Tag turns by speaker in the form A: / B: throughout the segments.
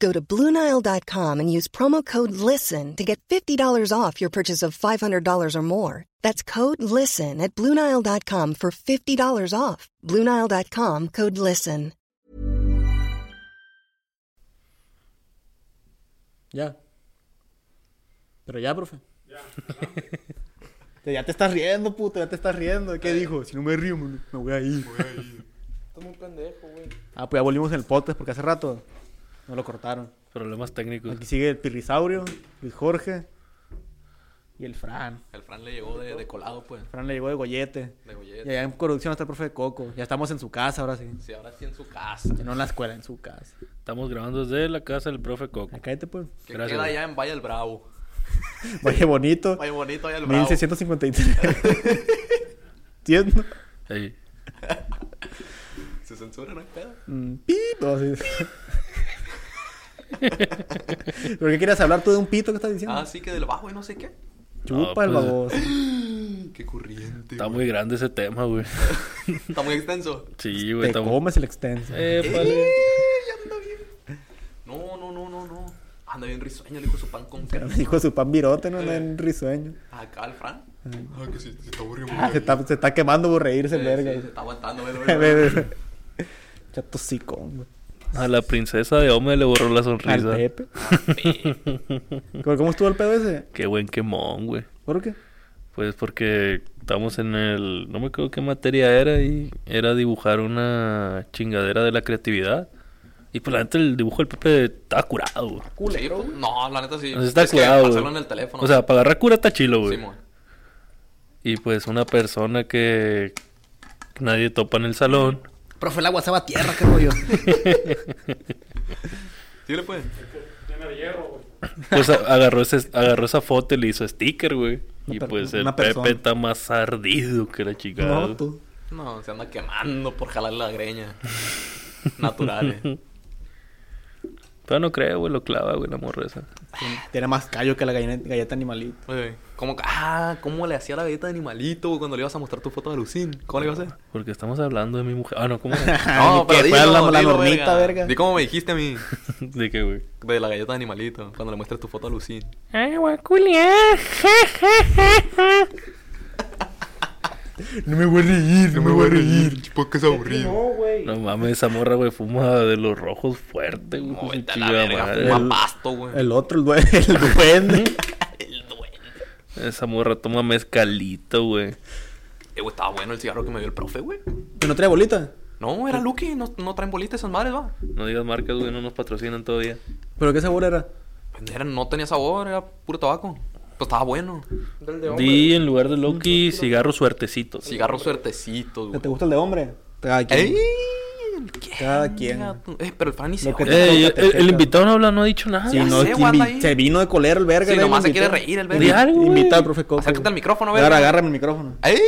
A: Go to BlueNile.com and use promo code LISTEN to get $50 off your purchase of $500 or more. That's code LISTEN at BlueNile.com for $50 off. BlueNile.com code LISTEN.
B: Ya. Pero ya, profe.
C: Ya te estás riendo, puto, ya te estás riendo. ¿Qué dijo? Si no me río, me me voy a ir.
D: Toma un pendejo, güey.
C: Ah, pues ya volvimos en el podcast porque hace rato no lo cortaron.
B: Problemas técnicos.
C: Aquí sigue el Pirrisaurio, Luis Jorge y el Fran.
D: El Fran le llegó de, de colado, pues.
C: Fran le llegó de gollete.
D: De
C: Y
D: gollete.
C: allá en producción está el profe de Coco. Ya estamos en su casa ahora sí.
D: Sí, ahora sí en su casa.
C: Ya no en la escuela, en su casa.
B: Estamos grabando desde la casa del profe Coco.
C: Ya cállate, pues.
D: Que
B: Gracias,
D: queda
B: güey.
D: allá en Valle del Bravo.
C: Valle bonito.
D: Valle bonito, Valle del Bravo.
C: 1653. ¿Entiendo?
B: Ey,
D: Se censura, no hay pedo.
C: Mm, pip, no, sí. ¿Pero qué querías hablar tú de un pito que estás diciendo?
D: Ah, sí, que del bajo y no sé qué.
C: Ah, Chupa el
B: pues.
C: baboso.
D: Qué corriente.
B: Está muy grande ese tema, güey.
D: Está muy extenso.
B: Sí, güey.
C: Pues, Te
B: Está muy...
C: comes el extenso.
B: Épale.
D: Ya anda Eh, bien. No, no, no, no, no. Anda bien risueño, le dijo su pan con
C: Pero
D: queso. Eh,
C: me dijo su pan virote, no no, en risueño.
D: Acá el Fran. Ah, que sí, se está aburriendo.
C: Ah, se, está, se está quemando por reírse, el verga.
D: se está aguantando, velo,
C: Ve,
D: velo,
C: ve,
D: velo.
C: ve. Chato sicón, güey.
B: A la princesa de Ome le borró la
C: Al
B: sonrisa.
C: Pepe. ¿Cómo cómo estuvo el pedo ese?
B: Qué buen quemón, güey.
C: ¿Por qué?
B: Pues porque estamos en el... No me acuerdo qué materia era y era dibujar una chingadera de la creatividad. Y pues la neta el dibujo del Pepe estaba curado, güey.
D: Sí, pues, no, la neta sí.
B: O sea, está
D: Es que
B: curado,
D: pasarlo
B: güey.
D: en el teléfono.
B: O sea, para agarrar cura está chilo, güey.
D: Simón.
B: y pues una persona que nadie topa en el salón.
C: Profe, el agua se va a tierra, qué rollo.
D: Sí, le pueden.
B: Pues a- agarró, ese, agarró esa foto y le hizo sticker, güey.
C: Una
B: Y
C: per-
B: pues el
C: una
B: Pepe
C: persona.
B: está más ardido que la chingada.
C: No, tú.
D: No, se anda quemando por jalar la greña. Natural. eh.
B: Pero no creo, güey, lo clava, güey, la morra esa.
C: Ah, Tiene más callo que la gallina- galleta animalito.
D: Oye, ¿cómo, que- ah, ¿cómo le hacía la galleta de animalito güey, cuando le ibas a mostrar tu foto de Lucín? ¿Cómo le ibas a hacer?
B: Porque estamos hablando de mi mujer. Ah, no, ¿cómo? era?
C: ni que fuera la- la normita, verga.
D: Di cómo me dijiste a mí
B: ¿De qué, güey?
D: de la galleta de animalito cuando le muestras tu foto a Lucín.
B: Ay, ah, guaculia.
C: No me voy a reír, no me voy a reír.
B: no mames, esa morra, güey, fuma de los rojos fuerte, güey.
D: No,
B: su
D: vete a la
B: chingada
D: verga,
B: madre.
D: fuma pasto, güey.
C: El otro, el duende. El duende.
D: El duende.
B: Esa morra toma mezcalito, güey.
D: Eh, güey, estaba bueno el cigarro que me dio el profe, güey.
C: ¿Y no trae bolita?
B: Oh,
D: No, era Lucky, no, no traen bolitas esas madres, va.
B: No digas marcas, güey, no nos patrocinan todavía.
C: ¿Pero qué sabor era?
D: Era- no tenía sabor, era puro tabaco. Pero estaba bueno.
E: Del de hombre.
B: Di en lugar de Loki, cigarro suertecito.
D: Cigarro suertecito, güey.
C: ¿Te gusta el de hombre? Cada quien.
D: ¡Ey!
C: Cada quien.
D: Eh, pero el Fran ni se
C: Lo que-
D: oye.
B: Ey,
C: Lo que te
B: el, el
C: toca.
B: invitado no habla, no ha dicho nada.
C: Sí,
D: Ya
C: no,
D: sé,
C: invi-
D: guarda ahí.
C: se vino de colero el verga.
D: Sí,
C: güey,
D: nomás se
C: me invitó.
D: quiere reír el
C: Invi-
B: Di
D: verga.
B: algo, güey.
C: Invitado al profe Coco.
D: Acércate al
C: güey.
D: micrófono,
C: Ahora
D: verga.
C: agárrame el micrófono.
D: ¡Ey!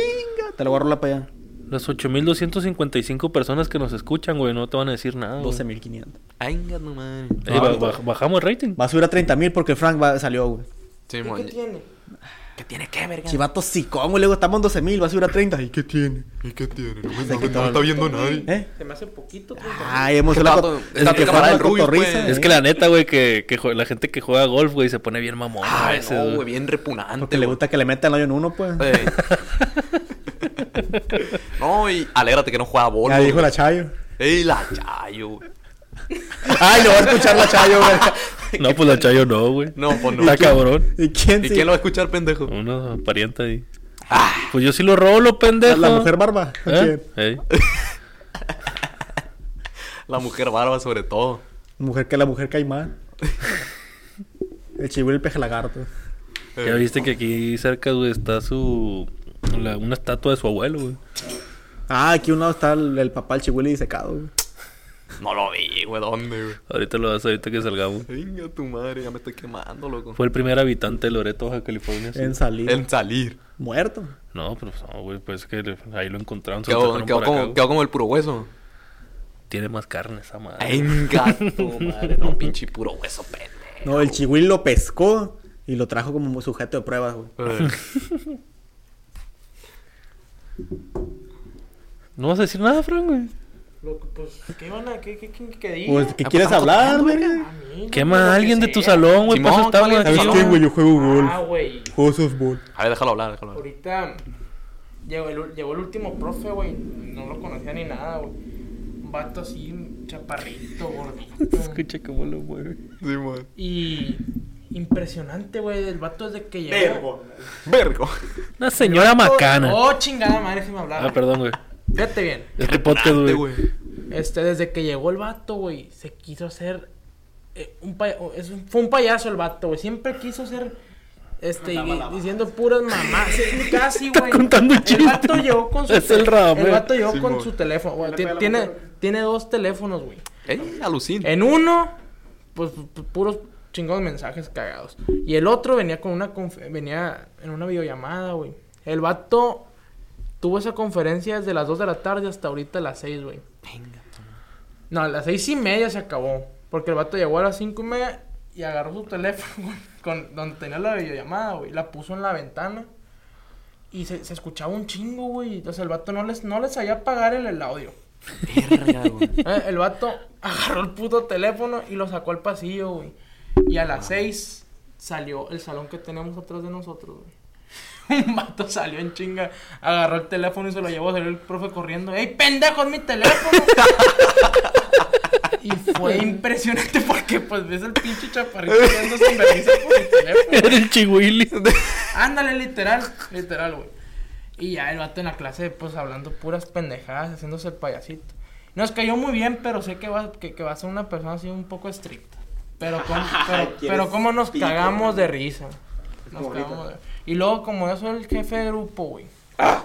C: Te lo voy a rolar para allá.
B: Las 8.255 personas que nos escuchan, güey, no te van a decir nada. güey.
C: 12.500.
D: ¡Ay, no mames!
B: Ey, ba- ba- bajamos el rating.
C: Va a subir a 30.000 porque el Frank va- salió, güey.
D: Sí,
E: ¿Y
D: mon.
E: qué tiene?
D: ¿Qué tiene que, verga?
C: Chivato sicón, güey. Luego estamos en 12.000, va a subir a 30. ¿Y qué tiene?
D: ¿Y Pues, qué tiene? No,
C: no- no está
D: viendo nadie.
C: ¿Eh?
E: Se me hace poquito. pues,
B: Ah.
C: Ay, hemos
D: Que
C: hecho la
D: tanto-
C: co-
D: es
C: que
D: la
C: fue
D: cámara
C: la
D: del Rubius,
C: cotorriza,
D: pues.
C: ¿eh?
B: Es que la neta, güey, que, que jue- la gente que juega golf, güey, se pone bien mamón.
D: Ay,
B: güey, ese,
D: no,
B: güey.
D: güey, bien repugnante,
C: Porque le
D: güey.
C: gusta que le metan el hoyo en uno, pues.
D: Eh. No, y alégrate que no juega bola.
C: Ya dijo la Chayo.
D: Ey, la chayo, güey.
C: Ay, lo va a escuchar la Chayo, güey.
B: No, pues la Chayo no, güey.
D: No, pues no.
B: Está cabrón.
C: ¿Y quién
D: ¿Y
C: sí?
D: quién lo va a escuchar, pendejo? Ah.
B: Uno pariente ahí. Pues yo sí lo rolo, pendejo.
C: ¿La mujer barba? ¿O
B: ¿Eh?
C: quién?
B: Ey.
D: La mujer barba, sobre todo.
C: Mujer que la mujer caimán. El chihuahua y el peje lagarto.
D: Eh.
B: Ya viste que aquí cerca, güey, está su... la- una estatua de su abuelo, güey.
C: Ah, aquí a un lado está el, el papá, el chihuahua y disecado, güey.
D: No lo vi, güey. ¿Dónde, güey?
B: Ahorita lo vas a ahorita que salgamos.
D: Venga, tu madre, ya me estoy quemando, loco.
B: Fue el primer habitante de Loreto, Baja California. sí.
C: En salida.
D: El salir.
C: Muerto.
B: No, pero pues, no, güey, pues es que le- ahí lo encontraron. se lo
D: Quedó,
B: trajeron
D: quedó
B: para acá,
D: como,
B: güey.
D: quedó como el puro hueso.
B: Tiene más carne esa madre.
D: Venga, tu madre. No, pinche puro hueso, pendejo.
C: No, el chihuahua lo pescó y lo trajo como sujeto de pruebas, güey.
D: Eh.
B: ¿No vas a decir nada, Frank, güey?
E: Loco, pues, ¿qué van a? ¿Qué, qué, qué, qué diga?
C: Pues, ¿qué quieres hablar, güey?
E: Amigo,
B: Quema
E: lo
B: a
E: que
B: alguien de tu
E: sea.
B: salón, güey.
D: Simón,
B: Paso
D: ¿cuál es
B: estamos
D: tu
B: aquí.
D: salón?
B: güey.
C: Yo juego
E: Ah, güey.
C: Juego softball.
D: A ver, déjalo hablar, déjalo hablar.
E: Ahorita llegó el, llegó el último profe, güey. No lo conocía ni nada, güey. Un vato así, un chaparrito, gordito.
B: Escucha cómo lo mueve.
D: Sí, madre.
E: y impresionante, güey. El vato desde que llegó.
D: Vergo.
B: Una señora macana.
E: Oh, chingada madre, si me hablaba.
B: Ah, perdón, güey.
E: Fíjate bien.
B: Este podcast, güey.
D: Este, güey.
E: Este, desde que llegó el vato, güey, se quiso hacer eh, un paya- o- es un- fue un payaso el vato, güey. Siempre quiso ser este y- diciendo puras mamás, Sí, casi, güey.
B: contando un chiste.
E: El vato llegó con su
B: Es el Ramón.
E: el vato llegó con
D: Simón.
E: su teléfono, güey. Tien- Tiene tiene dos teléfonos, güey.
D: Ey, alucin.
E: En uno, pues pu- pu- puros chingados mensajes cagados. Y el otro venía con una conf- venía en una videollamada, güey. El vato tuvo esa conferencia desde las 2 de la tarde hasta ahorita las 6, güey. No, a las 6 y media se acabó. Porque el vato llegó a las 5 y media y agarró su teléfono güey, con, donde tenía la videollamada, güey. La puso en la ventana. Y se, se escuchaba un chingo, güey. Entonces el vato no les, no les sabía apagar el, el audio.
D: Verga, güey.
E: Eh, El vato agarró el puto teléfono y lo sacó al pasillo, güey. Y a
D: Ah.
E: las seis salió el salón que tenemos atrás de nosotros, güey. Un vato salió en chinga, agarró el teléfono y se lo llevó. Salió el profe corriendo. ¡Ey, pendejo, es mi teléfono! y fue impresionante porque, pues, ves el pinche chaparrito dando sin vergüenza por el teléfono.
B: Era el chihuili.
E: Ándale, literal, literal, güey. Y ya el vato en la clase, pues hablando puras pendejadas, haciéndose el payasito. Nos cayó muy bien, pero sé que va, que, que va a ser una persona así un poco estricta. Pero, cómo- pero, pero cómo nos cagamos de risa. Nos cagamos de- Y luego, como yo soy el jefe de grupo, güey.
D: Ah,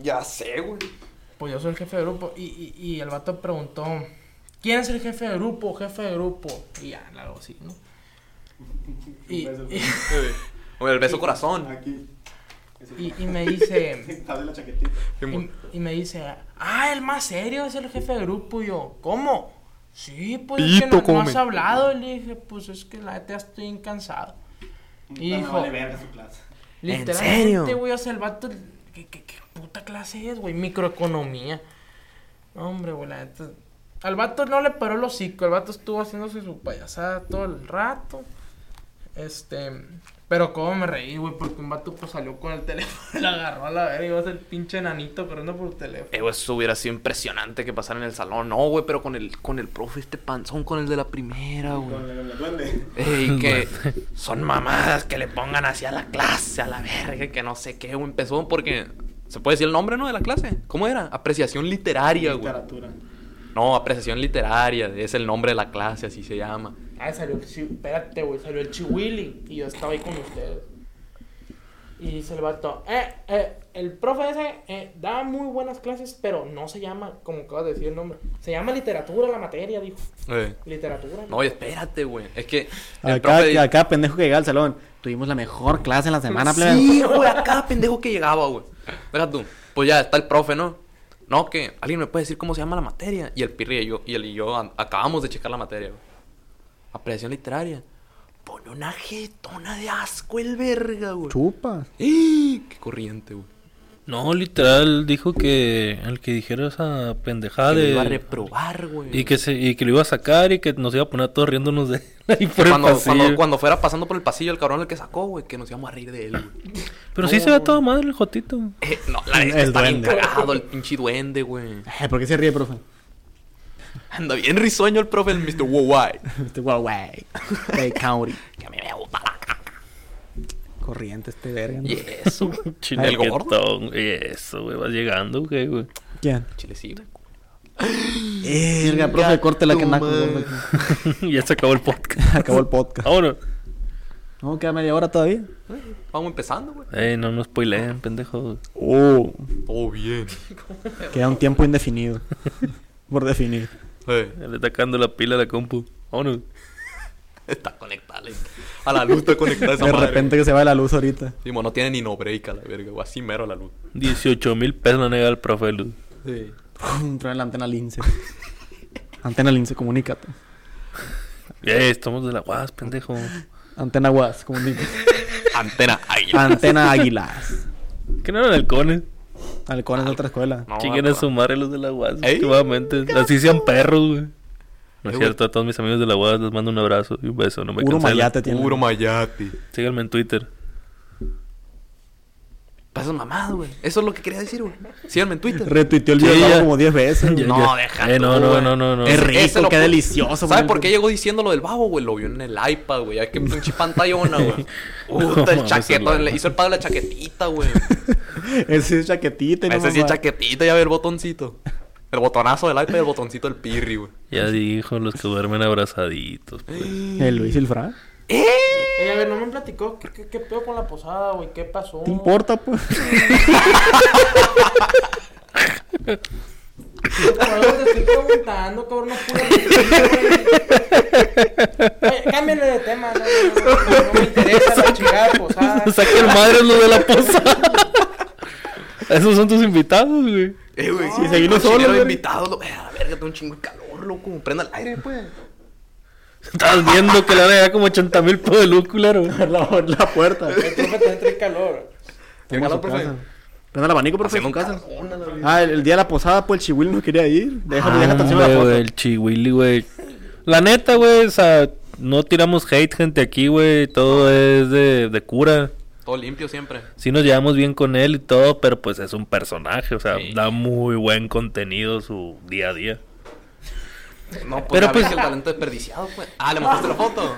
D: Ya sé, güey.
E: Pues yo soy el jefe de grupo. Y, y, y el vato preguntó: ¿Quién es el jefe de grupo? Jefe de grupo. Y ya, algo así, ¿no? Y- y,
D: Hombre, el beso corazón.
E: y, y me dice.
D: Simón.
E: y, y me dice, ah, el más serio es el jefe de grupo. Y yo, ¿cómo? Sí, pues es que
D: Pito
E: no- no, has
D: come.
E: hablado. Y le dije, pues es que la neta estoy bien cansado. Y dijo, literalmente,
D: serio?
E: güey, o sea, el vato, ¿qué, qué, qué puta clase es, güey? Microeconomía. No, hombre, güey, la neta. Al vato no le paró el hocico, el vato estuvo haciéndose su payasada todo el rato. Este, pero cómo me reí, güey, porque un vato pues salió con el teléfono, la agarró a la verga y iba a ser el pinche enanito corriendo por el teléfono.
D: Eh, güey, eso hubiera sido impresionante que pasara en el salón. No, güey, pero con el, con el profe este panzón, con el de la primera, güey. Ey, que son mamadas que le pongan así a la clase, a la verga, que no sé qué, güey. Empezó porque... ¿Se puede decir el nombre, no, de la clase? ¿Cómo era? Apreciación literaria, güey. No, apreciación literaria, es el nombre de la clase, así se llama.
E: Ah, salió el Chi- Espérate, güey. Salió el Chihuili. Y yo estaba ahí con ustedes. Y dice el vato, eh, eh, el profe ese eh, da muy buenas clases, pero no se llama, como acabas de decir el nombre, se llama literatura la materia, dijo.
D: Eh.
E: Literatura.
D: No, y espérate, güey. Es que. el
C: Acá,
D: profe-
C: acá, pendejo que llega al salón. Tuvimos la mejor clase en la semana, plebe.
D: Sí, güey, a cada pendejo que llegaba, güey. Deja tú. Pues ya está el profe, ¿no? No, que alguien me puede decir cómo se llama la materia. Y el Pirri y yo, y él y yo an- acabamos de checar la materia, güey. Apreciación literaria. Pone una jetona de asco el verga, güey.
C: Chupa.
D: ¡Ih! ¡Qué corriente, güey!
B: No, literal, dijo que el que dijera esa pendejada
D: Que lo iba a
B: de...
D: reprobar, güey.
B: Y que, se, y que lo iba a sacar y que nos iba a poner todos riéndonos de él ahí por el
D: cuando,
B: pasillo.
D: cuando, cuando fuera pasando por el pasillo, el cabrón el que sacó, güey, que nos íbamos a reír de él, güey.
B: Pero sí se ve todo madre el jotito.
D: Eh, no, la
C: El
D: neta está bien
C: duende. Eh,
D: cagado, el pinche duende, güey.
C: Ay, ¿Por qué se ríe, profe?
D: Anda bien risueño el profe, el Mr. Wowai.
C: Este Huawei. Hey, Kauri.
D: Que a mí me gusta la
C: Corriente este verga. ¿no?
D: Y eso, güey. el gordo.
B: Chilequetón, güey, Eso, güey, vas llegando, güey, güey.
C: ¿Quién?
D: Chile sí, güey.
C: Verga, profe, corte la que naco.
D: madre.
C: gordo.
B: ya se acabó el podcast.
C: Acabó el podcast.
B: Ahora,
C: No, queda media hora todavía.
D: Vamos empezando, güey.
B: eh, no nos spoileen, pendejo.
C: Oh,
D: Oh, bien.
C: queda un tiempo indefinido. Por definir.
B: Ya Le está cagando la pila a la compu. Vámonos.
D: Está conectada. la- A la luz está conectada esa
C: De
D: madre.
C: repente que se va la luz ahorita.
D: Simón, no tiene ni no break a la verga, güey. Así mero a la luz.
B: 18 mil pesos nega el profe de luz.
D: Sí.
C: Entró en la antena lince. Antena lince, comunícate.
B: Eh, estamos de la guas, pendejo.
C: Antena guas, comunícate.
D: Antena águila.
C: Antena águilas.
B: Que no eran halcones.
C: Halcones de otra escuela.
D: No, ¿Eh?
B: Chinguen
D: no.
B: a su madre los de la UAS,
D: Ey,
B: últimamente. Así sean perros, güey. No
D: Eh,
B: es cierto, a todos mis amigos de la UAS les mando un abrazo y un beso. No me
C: Puro
B: cancelen.
C: mayate tiene.
D: Puro mayate.
B: Síganme en Twitter.
D: Pasas mamado, güey. Eso es lo que quería decir, güey. Síganme en Twitter.
C: Retuiteó el
B: Sí,
C: video
B: ya.
C: como 10 veces. güey.
B: Ya,
D: No,
B: ya.
D: deja
B: Eh, no,
D: tú,
B: no,
D: güey.
B: no, no, no.
C: Qué
B: Ese
C: rico,
D: lo
C: qué
D: pu-
C: delicioso.
D: ¿Sabes
C: güey.
D: por qué llegó diciendo lo del babo, güey? Lo vio en el iPad, güey. Ay, qué pinche pantallona, güey.
B: No
D: Puta, el
B: mames,
D: chaquetón.
B: el
D: Le hizo el padre la chaquetita, güey.
C: Ese es chaquetita. y no
D: Ese sí es
C: mamá.
D: chaquetita, ya ve el botoncito. El botonazo del iPad y el botoncito del pirri, güey.
B: Ya dijo, los que duermen abrazaditos. pues.
C: El Luis y el Fran.
E: Eh, a ver, no me platicó qué, qué, qué pedo con la posada, güey, qué pasó.
C: ¿Te importa, pues?
E: Cabrón, te estoy preguntando, cabrón, no pude. güey. Oye, cámbiale de tema, no, no, no, no, no me interesa la chingada posada.
B: Saquen madre lo de la posada. Esos son tus invitados, güey.
D: Eh, güey,
C: sí, seguimos
D: cochinero
C: solos, güey.
D: invitado, lo... eh, a la verga, tengo un chingo de calor, loco. Prenda el aire, pues.
B: Estás viendo que le van a llegar como 80 mil pesos de luz, culero.
C: la, la puerta.
E: El profe te entra el calor.
C: Como
D: calor,
C: su
D: profe?
C: casa. Prende el abanico, profe.
D: Haciendo un
C: su casa.
D: calorón a la verga.
C: Ah, el, el día de la posada, pues el chihuil no quería ir. Déjame,
B: Ah,
C: déjate haciendo la
B: hombre,
C: foto.
B: güey, el chihuili, güey. La neta, güey, o sea, no tiramos hate, gente, aquí, güey. Todo es de, de cura.
D: Todo limpio siempre.
B: Sí nos llevamos bien con él y todo, pero pues es un personaje, o sea,
D: Sí.
B: da muy buen contenido su día a día.
D: No,
B: Pero,
D: pues, Pero
B: pues-
D: pues... el talento desperdiciado, pues. Ah, ¿le mostraste la foto?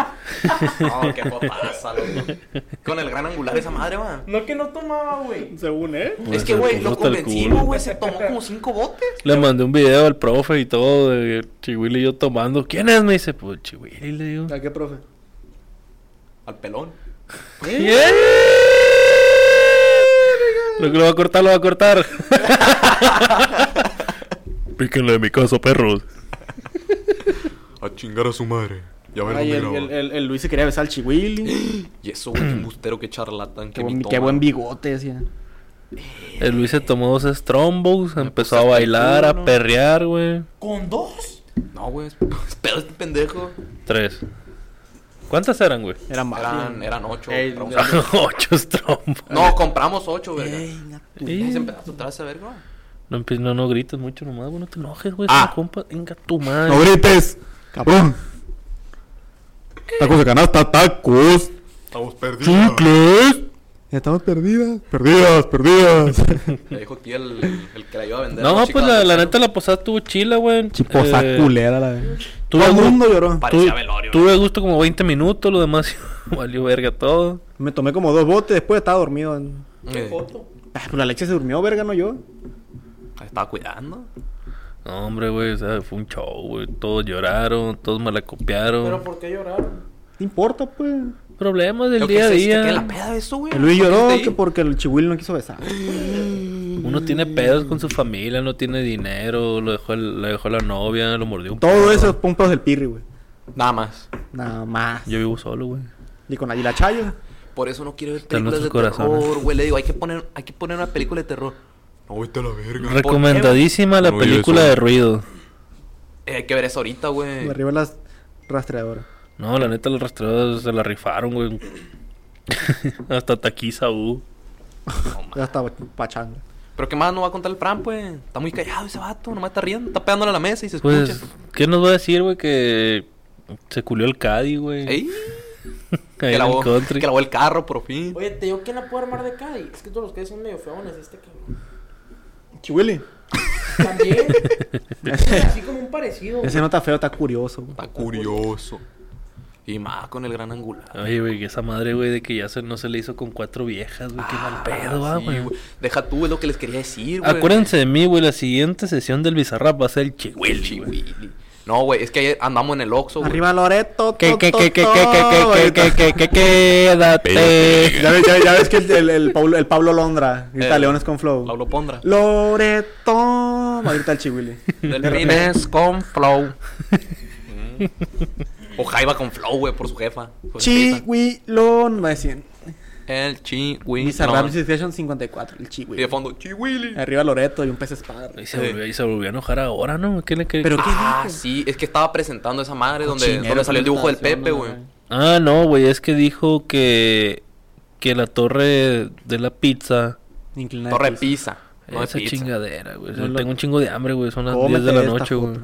D: No, qué fotaza, loco. Con el gran angular esa madre, va.
E: No que no tomaba, güey.
C: Según él.
D: es que, güey, lo
B: hasta Pues el
D: convencimos,
B: culo.
D: güey. Se tomó como cinco botes.
B: Le mandé un video al profe y todo, de Chihuili y yo tomando. ¿Quién es? Me dice, pues Chihuili, le digo.
C: ¿A qué, profe?
D: Al pelón.
B: Yeah. Lo que lo va a cortar, lo va a cortar. Píquenle de mi casa, perros.
F: A chingar a su madre. Ya verán
C: Ay, el, el, el, el Luis se quería besar al chihuil.
D: Y eso, güey, qué embustero, qué charlatán,
C: Qué
D: qué,
C: buen,
D: mitoma.
C: qué buen bigote, decía.
B: El Luis se tomó dos strombos, empezó a bailar, a perrear, güey.
E: ¿Con dos?
D: No, güey, es pedo este pendejo.
B: Tres. ¿Cuántas eran, güey?
C: Era malo.
D: Eran, eran ocho.
C: Ey,
D: compramos-
B: Ocho strombos.
D: No, compramos ocho, verga.
B: Ey.
C: pues.
D: Ese pedazo trae ese verga.
B: No, empie- no, no grites mucho nomás, güey. No te enojes, güey.
C: Ah.
B: Ah. compa. Venga, tu madre.
C: ¡No grites! ¡Cabrón! Tacos de canasta, tacos.
F: Estamos perdidos.
C: ¡Chicles! Estamos perdidas. Perdidas, perdidas.
D: Le dijo aquí el, el, que la iba a vender.
B: no,
D: la
B: pues
D: chica
B: la,
D: del
B: la
D: tercero.
B: neta la posada estuvo chila, güey.
C: Chiposa
B: Eh,
C: culera, la verdad.
B: tuve
C: Todo el
B: gu-
C: mundo lloró.
D: Parecía
B: tuve-
D: velorio.
B: Tuve gusto como 20 minutos, lo demás valió verga todo.
C: Me tomé como dos botes, después estaba dormido. en-
D: Eh,
E: Foto.
C: Ah, pues la leche se durmió, verga, no yo.
D: Estaba cuidando.
B: No, hombre, güey, o sea, fue un show, güey. Todos lloraron, todos malacopiaron.
E: Pero ¿por qué lloraron?
C: ¿Te importa, pues?
B: Problemas del
D: Lo que
B: día a
D: se- se te
B: día.
D: queda la peda eso, güey.
C: El Luis lloró
D: Sí.
C: que porque el chihuil no quiso besar.
B: Uno tiene pedos con su familia, no tiene dinero, lo dejó, el- le dejó la novia, lo mordió un
C: Todo
B: perro.
C: eso fue un pedo del pirri, güey.
D: Nada más.
C: Nada más.
B: Yo vivo solo, güey.
C: Y con allí la chayo.
D: Por eso no quiero ver
B: Está en
D: películas de
B: nuestros corazones.
D: terror, güey. Le digo, hay que poner, hay que poner una película de terror.
F: No, vete a la verga.
B: Recomendadísima la
F: No, yo
B: película
F: eso-
B: de ruido.
D: Eh, hay que ver eso ahorita, güey.
C: Arriba las rastreadoras.
B: No, la neta, los rastreadores se la rifaron, güey. Hasta Taquiza uh. U.
C: Ya estaba pachanga.
D: Pero qué más no va a contar el Fran, pues. Está muy callado ese vato, nomás está riendo, está pegándole a la mesa y se escucha.
B: Pues, ¿qué nos va a decir, güey? Que se culió el Cadi, güey.
D: Ey,
B: Ahí
D: que,
B: en el
D: lavó,
B: country.
D: que lavó el carro por fin.
E: Oye, te digo, ¿quién la puede armar de Cádiz? Es que todos los Cádiz son medio feones, este cabrón.
C: Chihuili.
E: También. así como un parecido. güey.
C: Ese no está feo, está curioso, güey.
D: Está curioso.
F: Curioso.
D: Y más con el gran angular.
B: Oye, güey, que esa madre, güey, de que ya se- no se le hizo con cuatro viejas, güey. Qué mal pedo, ah,
D: Sí,
B: güey.
D: güey. Deja tú, es lo que les quería decir, güey.
B: Acuérdense de mí, güey. La siguiente sesión del Bizarrap va a ser el
D: El
B: Chihuili, güey.
D: chihuili. No, güey, es que ayer andamos en el Oxxo, güey.
C: Arriba Loreto.
B: Que,
C: to,
B: que,
C: to,
B: que, que,
C: to,
B: que, que, que, que,
C: ahorita.
B: que, que, quédate.
C: Ya ves, ya ves- ya ves que el, el, el Pablo, el Pablo Londra grita
D: El-
C: Leones con Flow.
D: Pablo Pondra.
C: Loreto. Ahorita el chihuili.
D: Del
C: De repente.
D: Pines con Flow. Mm. o Jaiba con Flow, güey, por su jefa. Por su jefa.
C: Chihuilón. Va a decir.
D: El chihuili.
C: Misa
D: No,
C: Rap Station 54. El
D: Y de
C: chihuili.
D: fondo, chihuili.
C: Arriba Loreto y un pez espada.
B: Y se volvió- y se volvió a enojar ahora, ¿no? ¿Qué le qué-
C: Pero qué
D: Ah,
C: dijo?
D: sí, es que estaba presentando esa madre donde,
C: Cochinero,
D: donde salió el dibujo del
C: presentación,
D: Pepe,
C: no,
D: güey.
C: no, no.
B: Ah, no, güey, es que dijo que que la torre de la pizza,
C: Inclinada
D: Torre
C: de
D: Pisa. No de
B: esa
D: pizza.
B: chingadera, güey.
C: No lo-
B: Tengo un chingo de hambre, güey. Son las
C: Cómete
B: 10 de la
C: esta
B: noche, güey.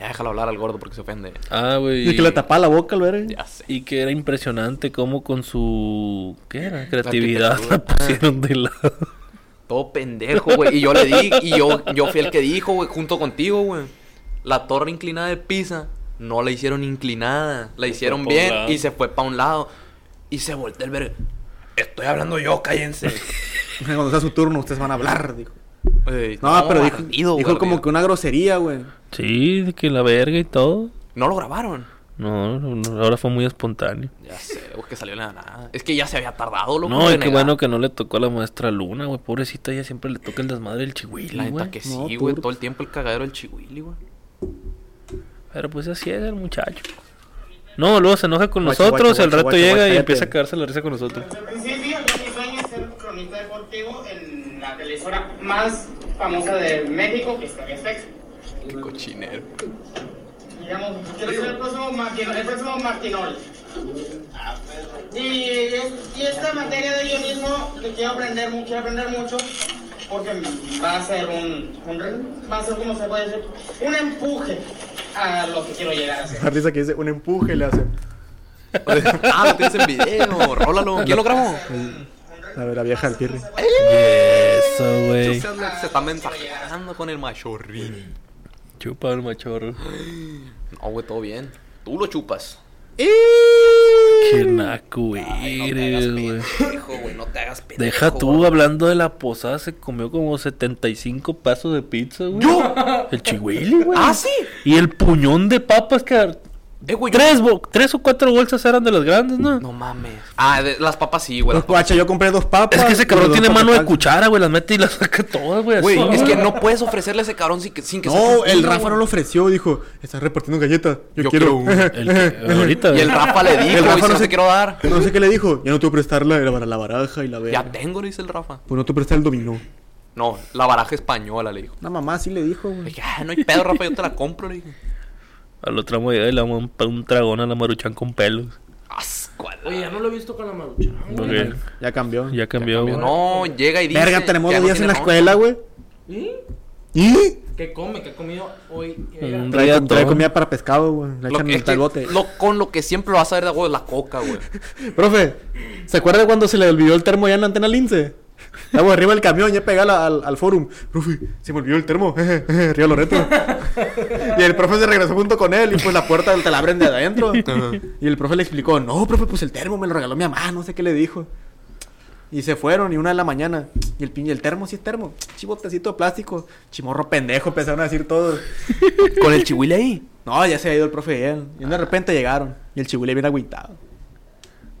D: Ya déjalo hablar al gordo porque se ofende.
B: Ah, güey.
C: Y que le tapaba la boca ¿eh? al ver.
D: Ya sé.
B: Y que era impresionante cómo con su ¿qué era? creatividad la
D: arquitectura.
B: pusieron de lado.
D: ah. Todo pendejo, güey. Y yo le di, y yo, yo fui el que dijo, güey, junto contigo, güey. La torre inclinada de Pisa no la hicieron inclinada. La hicieron
B: fue pa' un
D: bien
B: lado.
D: y se fue para un lado. Y se volteó el verga. Estoy hablando yo, cállense.
C: Cuando sea su turno, ustedes van a hablar, dijo.
D: Ey,
C: No, pero dijo,
D: ardido,
C: dijo
D: güey,
C: como
D: ardido.
C: que una grosería, güey.
B: Sí, de que la verga y todo.
D: No lo grabaron.
B: No, no, no, ahora fue muy espontáneo.
D: Ya sé, güey, que salió de la nada. Es que ya se había tardado, loco.
B: No,
D: en
B: y qué
D: llegar.
B: bueno que no le tocó a la maestra Luna, güey. Pobrecita, ella siempre le toca el desmadre del
D: La
B: chihuahua,
D: neta
B: güey.
D: que
C: no,
D: sí, güey.
C: tú-
D: Todo el tiempo el cagadero del chihuili, güey.
B: Pero pues así es el muchacho. No, luego se enoja con
C: Guacho,
B: nosotros,
C: guacho,
B: al rato
C: guacho,
B: llega
C: guacho,
B: y
C: cállate.
B: empieza a cagarse la risa con nosotros.
G: Al principio, mi sueño es ser cronista deportivo en la televisora más famosa de México, que es TVFX.
D: Qué cochinero.
G: Digamos, quiero ser el próximo Martín, el próximo Martinoli. Y, es- y esta materia de guionismo que quiero aprender, mu- quiero aprender mucho, porque va a ser un, un re- va a ser como se puede decir, un empuje a lo que quiero llegar a ser.
C: La risa que dice, un empuje le hace.
D: ah, lo tienes en video. Rólalo. ¿Quién lo grabó?
C: A ver, la vieja del pirri.
B: Eso, güey.
D: Se habla- se está mensajeando con el machorrín.
B: Chupa el machorro.
D: No, güey, todo bien. Tú lo chupas.
B: Qué naco eres, güey.
D: Hijo, güey, no te hagas pendejo.
B: Deja tú,
D: güey.
B: hablando de la posada, se comió como 75 pasos de pizza, güey. ¿Yo? El chihuili, güey.
D: Ah, sí.
B: Y el puñón de papas que... ar-
D: Eh, güey, yo-
B: Tres, bo- tres o cuatro bolsas eran de las grandes, ¿no?
D: No mames. Ah, de- las papas sí, güey.
C: Pues,
D: las papas.
C: guacha, yo compré dos papas.
B: Es que ese cabrón
C: pero
B: tiene
C: dos
B: mano de
C: papas.
B: cuchara, güey. Las mete y las saca todas, güey.
D: Güey,
B: así,
D: es que no puedes ofrecerle a ese cabrón sin que, sin que saques
C: No,
D: uno,
C: el Rafa no
D: güey.
C: lo ofreció. Dijo, estás repartiendo galletas. Yo,
F: Yo
C: quiero.
F: quiero una.
B: El que- ahorita,
D: Y el
B: güey.
D: Rafa le dijo,
C: El
D: güey,
C: Rafa
D: si no
C: no
D: se
C: se-
D: quiero dar.
C: no sé qué le dijo. Ya no te voy a prestar la, la, la baraja y la verga.
D: Ya tengo, le dice el Rafa.
C: Pues no te presté el dominó.
D: No, la baraja española, le dijo.
C: La mamá sí le dijo,
D: Le
C: güey.
D: dije, ah, no hay pedo, Rafa, yo te la compro, le dije.
B: Al otro amo le damos un, un tragón a la maruchan con pelos.
D: Asco, a la-
E: Oye, ya no lo he visto con la marucha.
B: Porque
C: Ya cambió.
B: ya cambió, güey.
D: No, llega y dice.
C: Verga, tenemos
D: que ya
C: dos
D: no
C: días en
D: tiene
C: la
D: novia.
C: escuela, güey.
E: ¿Y?
C: ¿Y?
E: ¿Qué come? ¿Qué ha comido hoy?
B: Un
C: Trae,
B: día
C: com- trae
B: todo.
C: comida para pescado, güey. Le
D: Lo
C: echan
D: que-
C: hasta el bote.
D: lo- con lo que siempre lo vas a ver de huevo es la coca, güey.
C: Profe, ¿se acuerda cuando se le olvidó el termo ya en la antena lince? Estamos arriba del camión, ya pegala al, al forum. Profe, se me olvidó el termo. Río Loreto. y el profe se regresó junto con él y pues la puerta te la abren de adentro. y el profe le explicó, no, profe, pues el termo me lo regaló mi mamá, no sé qué le dijo. Y se fueron, y una de la mañana. Y el pin, y el termo, sí es termo. Chibotecito de plástico. Chimorro pendejo, empezaron a decir todos.
D: Con el chihuile ahí.
C: No, ya se había ido el profe de él. Y de repente llegaron. Y el chibule bien agüitado.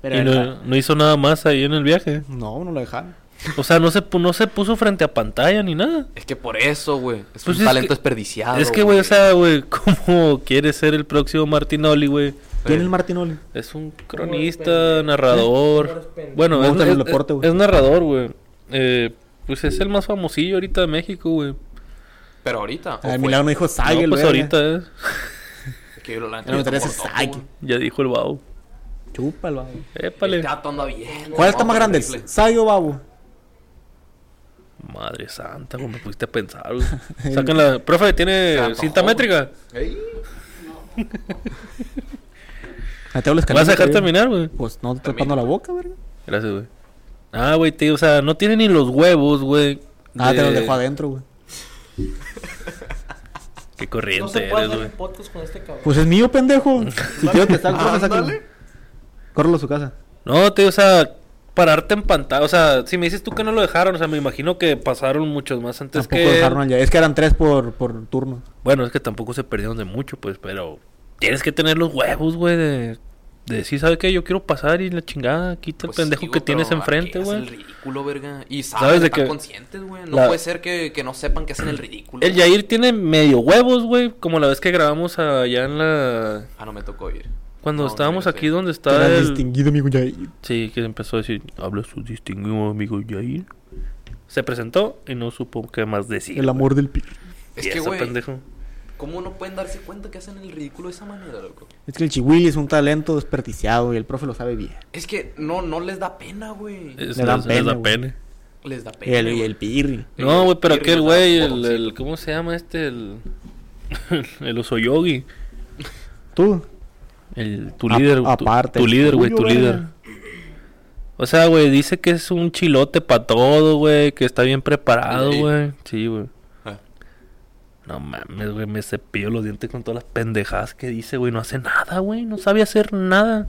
C: Pero
B: Y
C: era-
B: no, no hizo nada más ahí en el viaje.
C: no, no lo dejaron.
B: O sea, no se, pu- no se puso frente a pantalla ni nada.
D: Es que por eso, güey. Es
B: Pues
D: un
B: es
D: talento
B: que-
D: desperdiciado.
B: es que, güey, o sea, güey, ¿cómo quiere ser el próximo Martinoli, güey?
C: ¿Quién es el Martinoli?
B: Es un
E: pendejo.
B: cronista, narrador.
E: pendejo.
B: Bueno,
C: Me
B: es,
C: gusta el
B: es-
C: deporte, güey.
B: es narrador, güey. Eh, pues es el más famosillo ahorita de México, güey.
D: Pero ahorita. o
C: El
D: fue-
C: milagro no Ah, dijo
B: No,
C: Sague, el
B: pues
C: verga.
B: ahorita es.
D: Es que yo lo la neta, yo
C: Me gustaría
D: tampoco
C: ser
D: lo topo,
C: Sague.
D: güey.
B: Ya dijo el babo.
C: Chúpalo, güey.
D: El
B: Épale.
D: gato anda bien. pues,
C: ¿Cuál está más grande? el
D: Rifle.
C: ¿Sague o Babu?
B: Madre santa, güey, me pusiste a pensar, güey. Sacan la... Profe, ¿tiene
D: Gato,
B: cinta
D: güey.
B: métrica?
C: Ahí te hablo
B: ¿Me vas
C: escalando,
B: a dejar
C: güey.
B: terminar, güey?
C: Pues no, te estoy tapando la boca, verga.
B: Gracias, güey. Ah, güey, tío, o sea, no tiene ni los huevos, güey.
C: Nada, Ah, te
B: de-
C: los dejo adentro, güey.
B: Qué
E: No se
B: corriente
E: puede
B: eres,
E: hacer
B: güey.
E: un podcast con este cabrón.
C: Pues es mío, pendejo. Si quiero te saco, corre, sácalo. Córrelo a su casa.
B: Ah, No, tío, o sea, pararte en pantalla. O sea, si me dices tú que no lo dejaron, o sea, me imagino que pasaron muchos más antes
C: Tampoco
B: que. él.
C: dejaron al ya. Es que eran tres por, por turno.
B: Bueno, es que tampoco se perdieron de mucho, pues, pero tienes que tener los huevos, güey, de, de decir, ¿sabes qué? Yo quiero pasar y la chingada, quita
D: Pues
B: el pendejo
D: sí,
B: que
D: güey,
B: tienes
D: pero
B: enfrente,
D: ¿para qué hacen
B: güey.
D: el ridículo, verga. Y saben,
B: ¿Sabes de
D: están
B: que-
D: conscientes, güey. No
B: la-
D: puede ser que, que no sepan que hacen el ridículo.
B: El Yair tiene medio huevos, güey, como la vez que grabamos allá en la...
D: Ah, no me tocó ir.
B: Cuando
D: No,
B: estábamos
D: sí,
B: aquí
D: sí.
B: donde está
C: Era
B: el...
C: distinguido, amigo. Ya.
B: Sí, que empezó a decir, habla su distinguido amigo Yair. Se presentó y no supo qué más decir.
C: El amor del pir.
D: Es
B: Y
D: que,
B: ese
D: güey,
B: pendejo.
D: ¿cómo no pueden darse cuenta que hacen el ridículo de esa manera, loco?
C: Es que el chihuili es un talento desperdiciado y el profe lo sabe bien.
D: Es que no, no les da pena, güey.
B: Es-
C: Le dan
B: les- les
C: pena,
B: da
C: güey.
B: pena.
D: Les da pena.
C: El,
D: güey.
C: el pirri.
D: Sí,
B: No, güey, pero
D: sí,
B: aquel
D: les da
B: güey, el,
D: botoncito.
B: el- ¿Cómo se llama este? El, el oso yogi.
C: Tú.
B: El, tu
C: A-
B: líder. tu-
C: aparte,
B: Tu,
C: el
B: líder, güey,
C: tuyo,
B: tu
C: verga.
B: líder. O sea, güey, dice que es un chilote para todo, güey. Que está bien preparado,
D: Sí.
B: güey. Sí, güey.
D: Ah.
B: No mames, güey, me cepillo los dientes con todas las pendejadas que dice, güey. No hace nada, güey. No sabe hacer nada.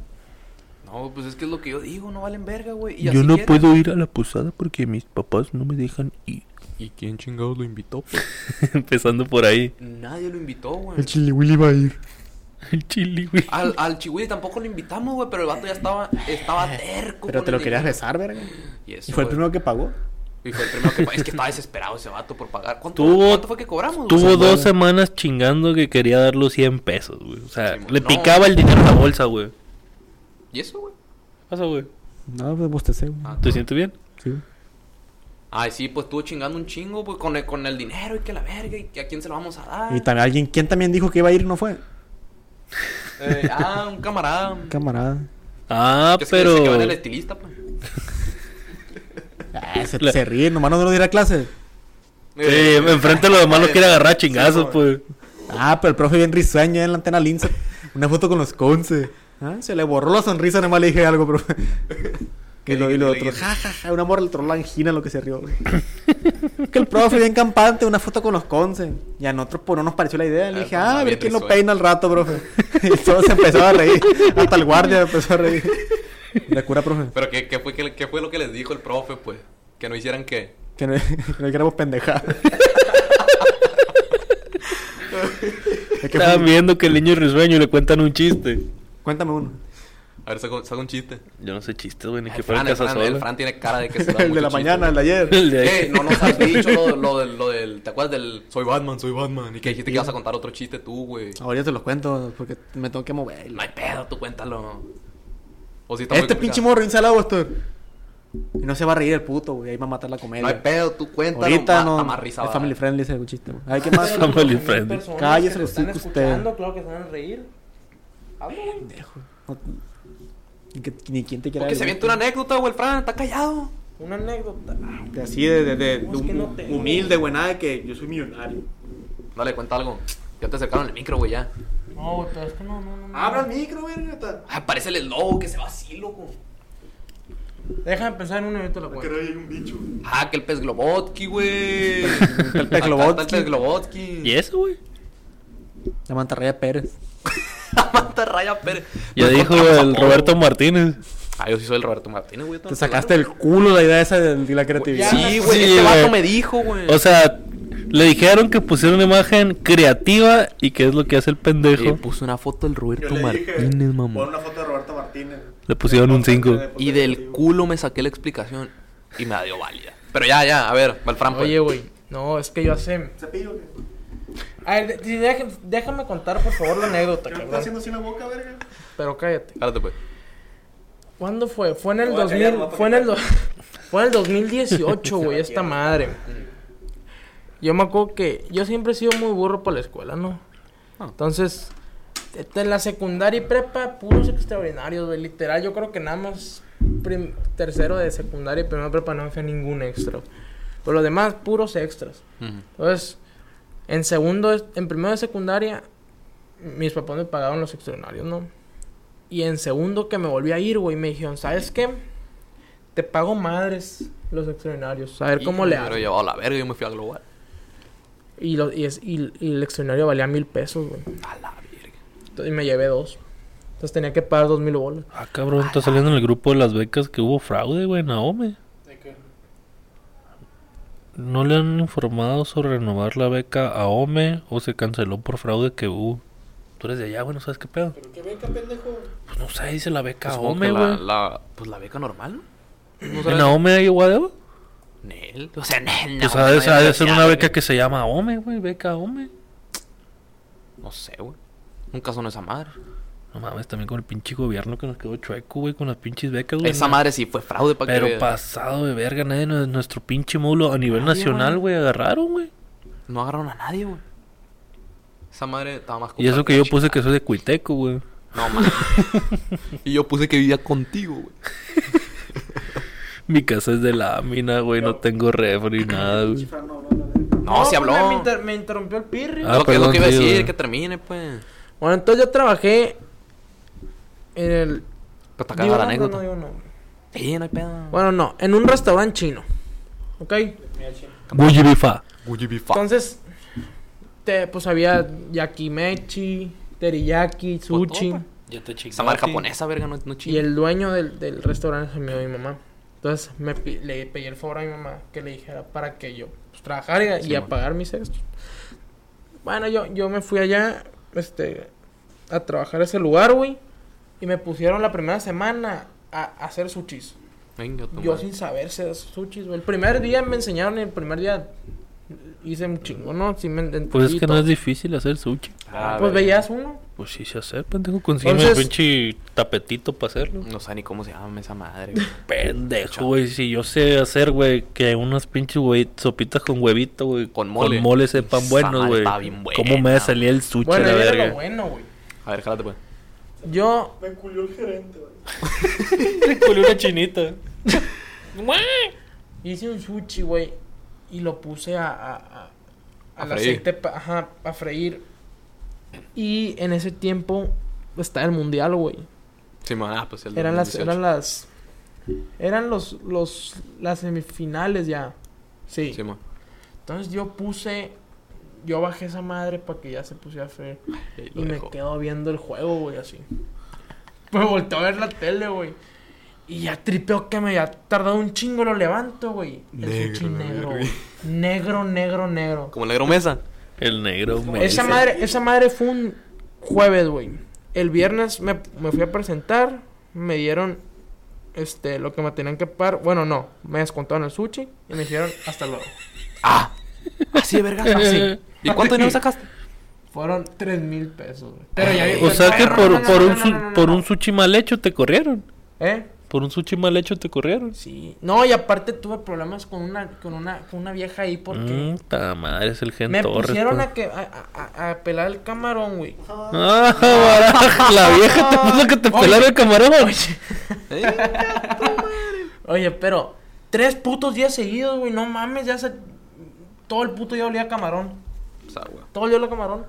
D: No, pues es que es lo que yo digo, no valen verga, güey. Y
B: Yo
D: así
B: no
D: quieren.
B: puedo ir a la posada porque mis papás no me dejan ir.
F: ¿Y quién chingados lo invitó? pues?
B: Empezando por ahí.
D: Nadie lo invitó, güey.
C: El chilihuili va a ir.
B: El chili, güey.
D: Al, al Chihuahua tampoco lo invitamos, güey, pero el vato ya estaba, estaba terco.
C: Pero
D: con
C: te lo
D: el
C: querías
D: dinero.
C: besar, verga.
D: Y, eso,
C: Y fue el
D: güey.
C: primero que pagó.
D: Y fue el primero que... Es que estaba desesperado ese vato por pagar. ¿Cuánto,
B: Tuvo-
D: ¿cuánto fue que cobramos, güey?
B: Tuvo dos semanas chingando que quería dar los 100 pesos, güey. O sea,
D: Sí, mo-
B: le
D: no.
B: picaba el dinero a la bolsa, güey. ¿Qué em-
D: ¿Y eso, güey?
B: pasa, güey?
C: No, pues bostecé, güey.
D: Ah,
B: ¿Te sientes bien?
C: Sí.
D: Ay, sí, pues estuvo chingando un chingo, pues, con el, con el dinero y que la verga, y que a quién se lo vamos a dar.
C: Y también alguien, ¿quién también dijo que iba a ir y no fue?
D: Eh, ah, un camarada.
C: Camarada.
B: Ah,
D: Que se,
B: pero...
D: se quedó en el estilista, pues.
C: Ah, se,
B: La-
C: se ríe, nomás no nos dirá clase.
B: Sí, enfrente a los demás lo quiere agarrar a chingazos, pues.
C: Ah, pero el profe bien risueño ahí en la antena lince. Una foto con los conce. Ah, Se le borró la sonrisa, nomás le dije algo, profe. Y lo, y lo otro, ja, ja, ja, una morra le trolló la angina lo que se rió. güey. que el profe bien campante, una foto con los conce. Y a nosotros pues, no nos pareció la idea. Le
D: Ah,
C: dije,
D: pues,
C: ah, a
D: no,
C: ver
D: bien
C: quién lo
D: risueño.
C: peina al rato, profe. y todos se empezaron a reír. Hasta el guardia empezó a reír. La cura, profe.
D: Pero ¿qué, qué, fue, qué, qué fue lo que les dijo el profe, pues? Que no hicieran qué.
C: Que no, que no queramos pendejadas. Es que fue-
B: Estaban viendo que el niño es risueño y le cuentan un chiste.
C: Cuéntame uno.
D: A ver, saca, saca un chiste.
B: Yo no sé chistes, güey, ni
D: Ah,
B: que
D: el,
B: fuera
D: Fran,
B: en
D: el,
B: casa
D: Fran, el
B: sola.
D: Fran tiene cara de que se da
C: El de
D: mucho
C: la
D: chiste.
C: mañana, el de ayer.
B: El de ahí.
D: Eh, no nos has dicho lo, lo del, lo del... ¿Te acuerdas del...
F: Soy Batman, soy Batman. ¿Y
D: Que
F: qué?
D: dijiste que ibas a contar otro chiste tú, güey.
C: Ahora ya te los cuento porque me tengo que mover.
D: No hay pedo, tú cuéntalo. O si está muy
C: Este
D: complicado.
C: pinche morro insalado, Astor. Y no se va a reír el puto, güey. Ahí va a matar la
D: No hay
C: comedia.
D: pedo, tú cuéntalo.
C: Ahorita
D: ma-
C: no.
D: está más risa,
C: es
D: va a
C: family
D: dar.
C: friendly ese chiste, güey. Ay, ¿qué más?
B: Family
E: Pero las
B: friendly.
E: personas
C: Cállese
E: que lo
C: los
E: están
C: hocicos,
E: escuchando, claro que se van a reír. Habla, güey.
C: No- ni que- Ni quién te quiera.
D: Porque se avienta una anécdota, güey, el Fran, está callado.
E: Una anécdota. Ah,
C: De Así de, de, de-
E: No, es que no tengo.
C: humilde, güey. Nada de que yo soy millonario.
D: Dale, cuenta algo. Ya te acercaron el micro, güey, ya.
E: No, güey, pero es que no, no, no, no.
C: Abra el micro, güey. neta.
D: Ah, parece el lobo que se va así, loco.
E: Déjame pensar en un evento de la cuenta.
F: hay un bicho.
D: Ah, que el pez Globotki, güey.
C: El
D: Acá está El
C: Teclobotski.
D: pez Globotki.
B: ¿Y eso, güey?
C: La mantarraya Pérez.
D: La manta raya Pérez.
B: Ya
D: Nos
B: dijo
D: encontramos a
B: el
D: Polo.
B: Roberto Martínez.
D: Ah, yo sí soy el Roberto Martínez, güey.
C: Te sacaste el culo la idea esa de, de la creatividad.
D: Sí, güey.
B: Sí,
D: este
B: güey.
D: vato me dijo, güey.
B: O sea, le dijeron que pusiera una imagen creativa y que es lo que hace el
D: Le
B: pendejo.
D: puso una foto del
C: Yo
D: Roberto
C: le dije,
D: Martínez,
C: Pon
D: mamá.
C: una foto de Roberto Martínez. Ah,
B: Le pusieron un cinco.
D: Y del culo me saqué la explicación y me la dio válida. Pero ya, ya, a ver, Valfran, pues.
E: Oye, güey. No, es que yo hace.
C: ¿Cepillo? qué?
E: A ver, de- de- deja- déjame contar, por favor, la anécdota,
C: ¿Qué está
E: cabrón.
C: haciendo así la boca, verga?
E: Pero cállate.
D: Espérate, pues.
E: ¿Cuándo fue? Fue en el
C: voy a
E: 2000,
C: callar, nomás
E: fue en
C: para
E: el do- fue en el 2018, güey, esta madre. Yo me acuerdo que yo siempre he sido muy burro para la escuela, ¿no? Entonces, este, en la secundaria y prepa, puros extraordinarios, güey, literal, yo creo que nada más prim- tercero de secundaria y primera prepa no me fui a ningún extra. Pero los demás, puros extras. Entonces, en segundo, en primero de secundaria, mis papás me pagaban los extraordinarios, ¿no? Y en segundo que me volví a ir, güey, me dijeron, ¿sabes qué? Te pago madres los extraordinarios. A ver cómo le
D: Pero
E: hago.
D: llevado la verga, yo me fui a global.
E: Y, lo- y, es- y- y el extraordinario valía mil pesos, güey.
D: A la verga.
E: Entonces, y me llevé dos. Entonces tenía que pagar dos mil bolas.
B: Ah, cabrón, está saliendo en el grupo de las becas que hubo fraude, güey, Naome. ¿No le han informado sobre renovar la beca a Ome o se canceló por fraude que hubo? Tú eres de allá, güey, no sabes qué pedo.
C: ¿Pero qué beca, pendejo?
B: Pues no sé, dice la beca a
D: Supongo
B: Ome,
D: que la,
B: güey.
D: la, pues la beca normal, ¿no? ¿No
B: ¿En
D: sabes?
B: Aome hay guadeo?
D: Nel. O sea, Nel.
B: Pues
D: no,
B: ha de,
D: no,
B: ha de
D: no,
B: ser
D: ya,
B: una
D: güey.
B: beca que se llama Aome, güey, beca Aome.
D: No sé, güey. Nunca son esa madre.
B: No mames, también con el pinche gobierno que nos quedó chueco, güey, con las pinches becas, güey.
D: Esa
B: Na-
D: madre sí fue fraude para que
B: Pero
D: veas.
B: pasado de verga, nadie de nuestro pinche módulo a nivel nacional, güey, agarraron, güey.
D: No agarraron a nadie, güey. Esa madre estaba más
B: Y eso
D: comprada
B: que yo
D: la
B: puse que
D: chingada.
B: soy de Cuiteco, güey.
D: No mames. y yo puse que vivía contigo, güey.
B: Mi casa es de lámina, güey, no tengo refri, nada, güey.
D: No,
B: pues,
D: se habló.
E: Me, me inter- me interrumpió el pirri.
B: Ah,
D: lo, que, lo
B: perdón,
D: que iba a
B: sí,
D: decir,
B: güey.
D: que termine, pues.
E: Bueno, entonces yo trabajé en el...
D: Pero está
E: digo
D: cagada
E: nombre,
D: la anécdota.
E: no digo nombre.
D: Sí, no hay pedo.
E: Bueno, no, en un restaurante chino. ¿Ok?
B: Bully bifa.
F: Would you be fucked?
E: Entonces, te, pues había yakimechi, teriyaki, sushi.
D: Pues,
B: Ya te chingaste.
D: Esa madre japonesa, verga, no, no
E: Y
D: chida.
E: el dueño del, del restaurante es amigo de mi mamá. Entonces me, pi- le pedí el favor a mi mamá que le dijera para que yo pues, trabajara y, y a pagar mis extras. Bueno, yo, yo me fui allá este, a trabajar a ese lugar, güey. Y me pusieron la primera semana a, a hacer sushis.
D: Venga, tu
E: Yo
D: madre.
E: sin saber hacer sushis, güey. El primer día me enseñaron y el primer día hice un chingo, ¿no? Sí me entendí
B: Pues es que no
E: todo.
B: es difícil hacer sushi.
D: Ah,
E: Pues
D: verga.
E: veías uno.
B: Pues sí se hace, pendejo. Consígueme el
E: Entonces-
B: pinche tapetito para hacerlo.
D: No sé ni cómo se llama esa madre, güey.
B: Pendejo, güey. Si yo sé hacer, güey, que unas pinches, güey, sopitas con huevito, güey.
D: Con mole.
B: Con mole sepan
D: Esa
B: buenos,
D: madre
B: güey.
D: está bien buena.
B: ¿Cómo me salía el sushi
E: Bueno,
B: a la
E: ahí era lo
B: verga?
E: bueno, güey.
D: A ver, jálate, pues.
E: Yo
C: Me culió el gerente, güey.
B: Le colé una chinita.
E: Hice un sushi, güey, y lo puse a, a, a- al
D: freír.
E: aceite pa- ajá, a freír. Y en ese tiempo está el mundial, güey.
D: Sí, man, ah, pues el
E: Eran las,
D: 2018.
E: eran las, eran los, los, las semifinales ya. Sí.
D: Sí, man.
E: Entonces yo puse, yo bajé esa madre para que ya se pusiera a freír.
D: Ahí lo
E: Y me
D: dejó.
E: quedo viendo el juego, güey, así. Me volteo a ver la tele, güey. Y ya tripeo que me había tardado un chingo, lo levanto, güey. El
F: Negro,
E: sushi
F: la verga.
E: negro, güey. Negro, negro, negro.
D: Como el negro mesa.
B: El negro, me
E: Esa
B: dice.
E: madre, esa madre fue un jueves, güey. El viernes me, me fui a presentar, me dieron este lo que me tenían que pagar. Bueno, no, me descontaron el sushi y me dijeron hasta luego.
D: Ah, así de vergas, así. ¿Y cuánto dinero sacaste?
E: Fueron tres mil pesos, güey.
D: Ah,
E: Pero ya
B: O sea que
E: No, no,
B: por,
E: no, no,
B: por,
E: no,
B: un,
E: no,
B: su-
E: no, no,
B: por
E: no.
B: un sushi mal hecho te corrieron.
E: ¿Eh?
B: Por un sushi mal hecho te corrieron.
E: Sí. No, y aparte tuve problemas con una, con una, con una vieja ahí porque
B: Puta Mm, madre, es el gen
E: me
B: Torres.
E: pusieron
B: pues.
E: a que a, a- a pelar el camarón, güey.
B: Ah, baraja, la vieja te puso que te pelara el camarón.
E: Oye, pero tres putos días seguidos, güey, no mames, ya se todo el puto día olía a camarón.
D: O sea, güey.
E: Todo el día olía a camarón.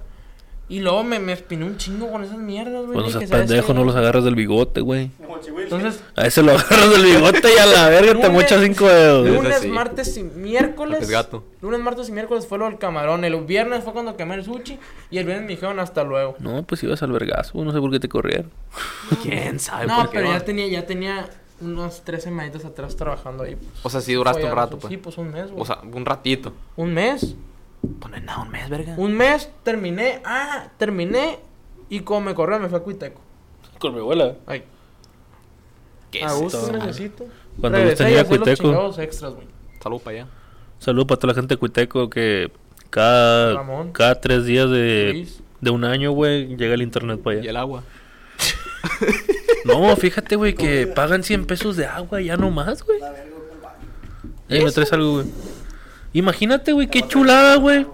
E: Y luego me, me espiné un chingo con esas mierdas, güey.
B: Bueno,
E: dije,
B: seas
E: "¿Sabes qué,
B: pendejo, Pues, no los
E: güey?".
B: agarras del bigote, güey.
E: Entonces,
B: A ese lo agarras del bigote y a la verga te
E: Lunes-
B: mochas cinco dedos.
D: Lunes.
E: lunes,
D: así.
E: martes y miércoles.
D: Porque es gato.
E: Lunes, martes y miércoles fue lo del camarón. El viernes fue cuando quemé el sushi. Y el viernes me dijeron hasta luego.
B: No, pues ibas al vergazo, güey, no sé por qué te corrieron.
D: ¿Quién sabe
E: No,
D: por qué?
E: pero
D: va?
E: ya tenía, ya tenía unos tres semanitas atrás trabajando ahí. pues.
D: O sea, sí duraste
E: Fue
D: un
E: ya-
D: rato, pues.
E: Sí, pues un mes, güey.
D: O sea, un ratito.
E: un mes.
D: Pues no es nada, un mes, verga.
E: Un mes, terminé. Ah, terminé. Y como me corrió, me fui a Cuiteco.
B: Con mi abuela.
E: Ay,
D: ¿Qué
E: a
D: es
E: gusto,
D: eso?
E: necesito.
B: Cuando
E: Regresé
B: gusten
E: y
B: ir a
E: hacer los
B: Cuiteco.
E: chingados extras, güey.
D: Salud para allá.
B: Saludos para toda la gente de Cuiteco que cada,
E: Ramón.
B: cada tres días de,
E: Luis.
B: de un año, güey, llega el internet para
D: Y
B: allá.
D: el agua.
B: No, fíjate, güey, que pagan 100 pesos de agua ya nomás, güey. Ahí me traes algo, güey. Imagínate, güey, qué chulada, güey.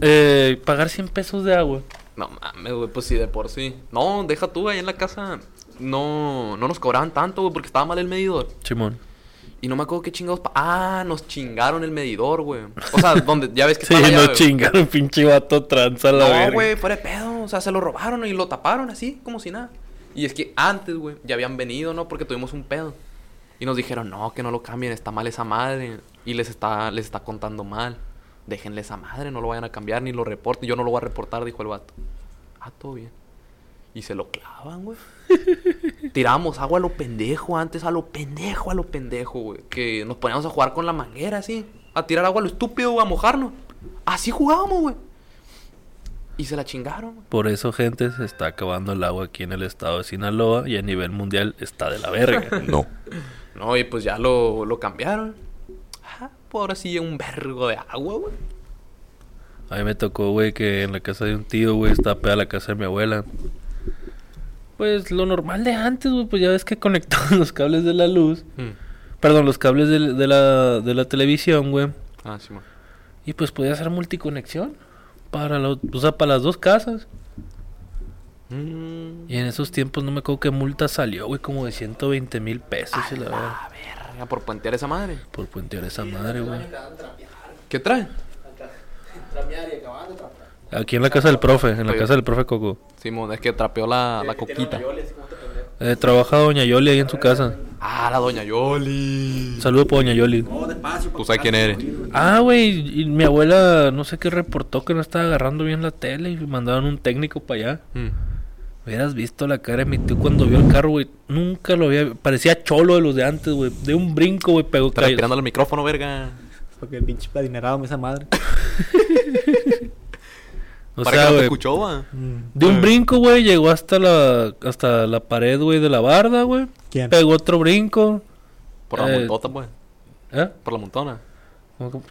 B: Eh, pagar 100 pesos de agua.
D: No mames, güey, pues sí, de por sí. No, deja tú, ahí en la casa. No, no nos cobraban tanto, güey, porque estaba mal el medidor.
B: Chimón.
D: Y no me acuerdo qué chingados. pa- Ah, nos chingaron el medidor, güey. O sea, donde ya ves que
B: Sí,
D: está la
B: no
D: llave.
B: chingaron, pinche vato tranza la
D: No,
B: verga.
D: güey, fuera de pedo. O sea, se lo robaron y lo taparon así, como si nada. Y es que antes, güey, ya habían venido, ¿no? Porque tuvimos un pedo. Y nos dijeron, no, que no lo cambien, está mal esa madre. Y les está, les está contando mal. Déjenle esa madre, no lo vayan a cambiar ni lo reporten. Yo no lo voy a reportar, dijo el vato. Ah, todo bien. Y se lo clavan, güey. Tiramos agua a lo pendejo antes, a lo pendejo, a lo pendejo, güey. Que nos poníamos a jugar con la manguera así. A tirar agua a lo estúpido, güey, a mojarnos. Así jugábamos, güey. Y se la chingaron, güey.
B: Por eso, gente, se está acabando el agua aquí en el estado de Sinaloa y a nivel mundial está de la verga.
F: No.
D: No, y pues ya lo, lo cambiaron. Ah, pues ahora sí un vergo de agua, güey.
B: A mí me tocó, güey, que en la casa de un tío, güey, estaba pegada la casa de mi abuela. Pues lo normal de antes, güey, pues ya ves que conectaban los cables de la luz.
D: Mm.
B: Perdón, los cables de, de la, de la televisión, güey.
D: Ah, sí, man.
B: Y pues podía hacer multiconexión para, la- o sea, para las dos casas.
D: Mm.
B: Y en esos tiempos no me acuerdo qué multa salió, güey, como de 120 mil pesos. y la verdad,
D: A verga, por puentear esa madre.
B: por puentear esa madre, güey.
D: ¿Qué trae?
B: Aquí en la casa del profe, en la
D: Oye.
B: casa del profe Coco.
D: Simón, es que trapeó la, la coquita.
B: Eh, trabaja Doña Yoli ahí en su casa.
D: Ah, la doña Yoli.
B: Saludos para Doña Yoli.
D: Tú sabes Pues quién eres.
B: Ah, güey, y mi abuela no sé qué reportó que no estaba agarrando bien la tele y mandaban un técnico para allá.
D: Mm.
B: Hubieras visto la cara de mi tío cuando vio el carro, güey. Nunca lo había... Parecía cholo de los de antes, güey. De un brinco, güey, pegó
D: Está
B: cayó.
D: respirando al micrófono, verga.
C: Porque el pinche adinerado me esa madre.
B: O
D: Para
B: sea,
D: que no te
B: güey,
D: escuchó, va.
B: de un brinco, güey, llegó hasta la, hasta la pared, güey, de la barda, güey.
C: ¿Quién?
B: Pegó otro brinco.
D: Por la
B: Eh.
D: montota, pues.
B: ¿Eh?
D: Por la montona.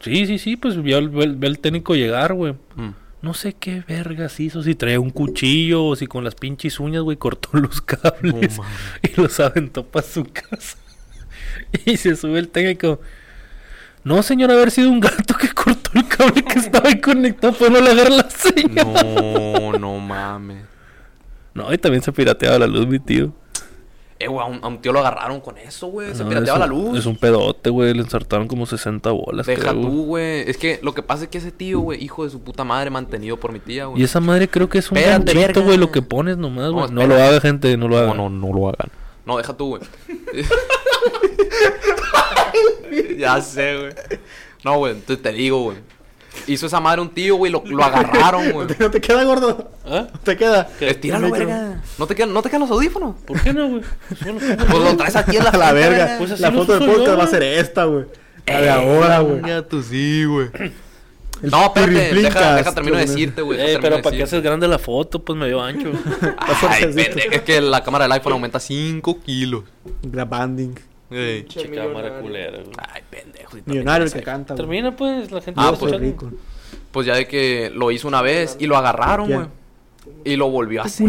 B: Sí, sí, sí, pues vio al vio al- vio al técnico llegar, güey.
D: Mm.
B: No sé qué vergas hizo, si traía un cuchillo o si con las pinches uñas, güey, cortó los cables
D: No mames.
B: y los aventó para su casa. y se sube el técnico. No, señor, haber sido un gato que cortó el cable que estaba ahí conectado para no lagar la señal.
D: No, no mames.
B: No, y también se pirateaba la luz, mi tío.
D: Eh, güey, a un, a un tío lo agarraron con eso, güey. Se
B: No,
D: pirateaba
B: es
D: la
B: un-
D: luz.
B: Es un pedote, güey, le ensartaron como 60 bolas,
D: Deja
B: creo, güey.
D: tú, güey. Es que lo que pasa es que ese tío, güey, hijo de su puta madre, mantenido por mi tía, güey.
B: Y esa madre creo que es un
D: Espérate,
B: ganchito,
D: verga.
B: güey, lo que pones nomás, güey.
D: No,
B: No, lo
D: espérate.
B: haga, gente, no lo haga.
D: No, no, no lo hagan. No, deja tú, güey. ya sé, güey. No, güey, entonces te digo, güey. Hizo esa madre un tío, güey, lo, lo agarraron, güey.
C: ¿No te queda, gordo?
B: ¿Ah?
C: ¿No te queda?
D: Estíralo,
C: El micro.
D: verga. ¿No te, quedan, ¿No te quedan los audífonos?
B: ¿Por qué no, güey?
D: Pues lo traes aquí en la,
C: A la verga.
B: Pues así
C: la
B: los
C: foto del
B: uso yo,
C: podcast va a
B: güey. Eh,
C: ser esta, güey. La de ahora, güey.
D: Ya tú sí, güey.
C: El
D: No, espérate, deja,
C: pirriplincas.
D: deja termino de decirte, güey. deja
B: Eh, pero
D: termino de
B: para que
D: decirte.
B: haces grande la foto, pues me dio ancho.
D: Ay, pendejo, es que la cámara del iPhone aumenta 5 kilos.
C: Grabanding.
D: Ey.
E: Che, millonario.
D: Ay, pendejo. si también
C: Millonario el
D: tienes
C: que
D: iPhone.
C: canta, güey.
B: Termina pues, la gente
D: Ah,
B: va
C: Yo soy
D: pues.
B: escuchando.
C: rico.
D: Pues ya de que lo hizo una vez y lo agarraron,
C: ¿Quién?
D: güey. Y lo volvió
C: Ah, Pues
D: a hacer,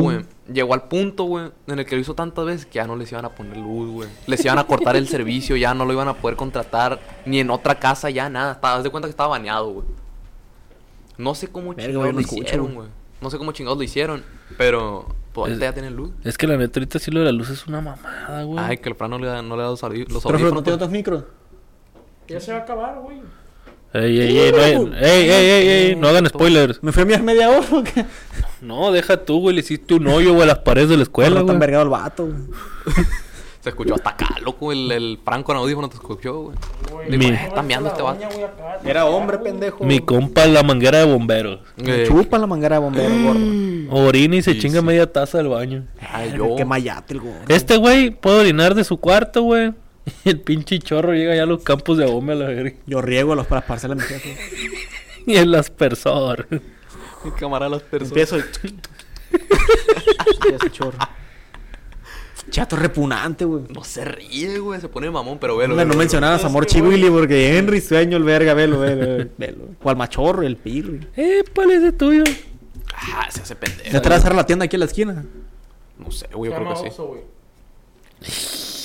D: güey. Llegó al punto, güey, en el que lo hizo tantas veces que ya no les iban a poner luz, güey. Les iban a cortar el servicio, ya no lo iban a poder contratar ni en otra casa, ya nada. Estaba, haz de cuenta que estaba baneado, güey. No sé cómo
C: Verga,
D: chingados
C: güey,
D: lo
C: no escucho,
D: hicieron,
C: güey.
D: güey. No sé cómo chingados lo hicieron, pero pues ahorita
B: Es-
D: ya tienen luz.
B: Es que la neta, ahorita sí lo de la luz es una mamada, güey.
D: Ay, que el Fran no le, da- no le ha dado los audí- los
C: Pero, pero, ¿no
D: audífonos.
C: tiene
D: pues.
C: otros micros?
E: Ya se va a acabar, güey.
B: Ey, ey, ey, no,
C: Uh,
B: hay- ey, ey, ey, ey, no hagan spoilers.
C: ¿Me fui a mirar media hora o qué?
B: No, deja tú, güey, le hiciste un hoyo, güey, a las paredes de la escuela,
C: No tan
B: güey.
C: vergado el vato, güey.
D: Se escuchó hasta acá, loco. El, el Franco en audífono te escuchó, güey.
B: Mi-
D: Digo, eh, están viendo este
E: La uña,
D: vato.
E: güey, acá.
C: Era hombre, pendejo.
B: Mi compa la manguera de bomberos.
D: Eh,
C: Chupa la manguera de bombero,
D: Mm.
C: gordo.
B: Orina y se
D: Sí,
B: chinga
D: sí.
B: media taza del baño.
D: ay, yo.
C: Qué mayate el gordo.
B: Este güey puede orinar de su cuarto, güey. Y el pinche chorro llega ya a los campos de bomba a la verga.
C: Yo riego los para las parcelas, mi jefe.
B: Y el aspersor.
D: Mi cámara de las personas.
C: Empiezo y... y hace chorro. Chato repugnante, güey.
D: No se ríe, güey. Se pone mamón, pero velo.
C: No,
D: velo,
C: no
D: velo.
C: mencionabas a Morchi Willy porque Henry Sueño, el verga, velo, velo, velo, velo. O al machorro, el pirri.
B: Eh, pal, ese es tuyo.
D: Ah, se hace pendejo.
C: ¿Ya te vas a cerrar la tienda aquí en la esquina?
D: No sé, güey,
E: Se
D: yo
E: llama
D: creo que sí.
E: Oso, güey.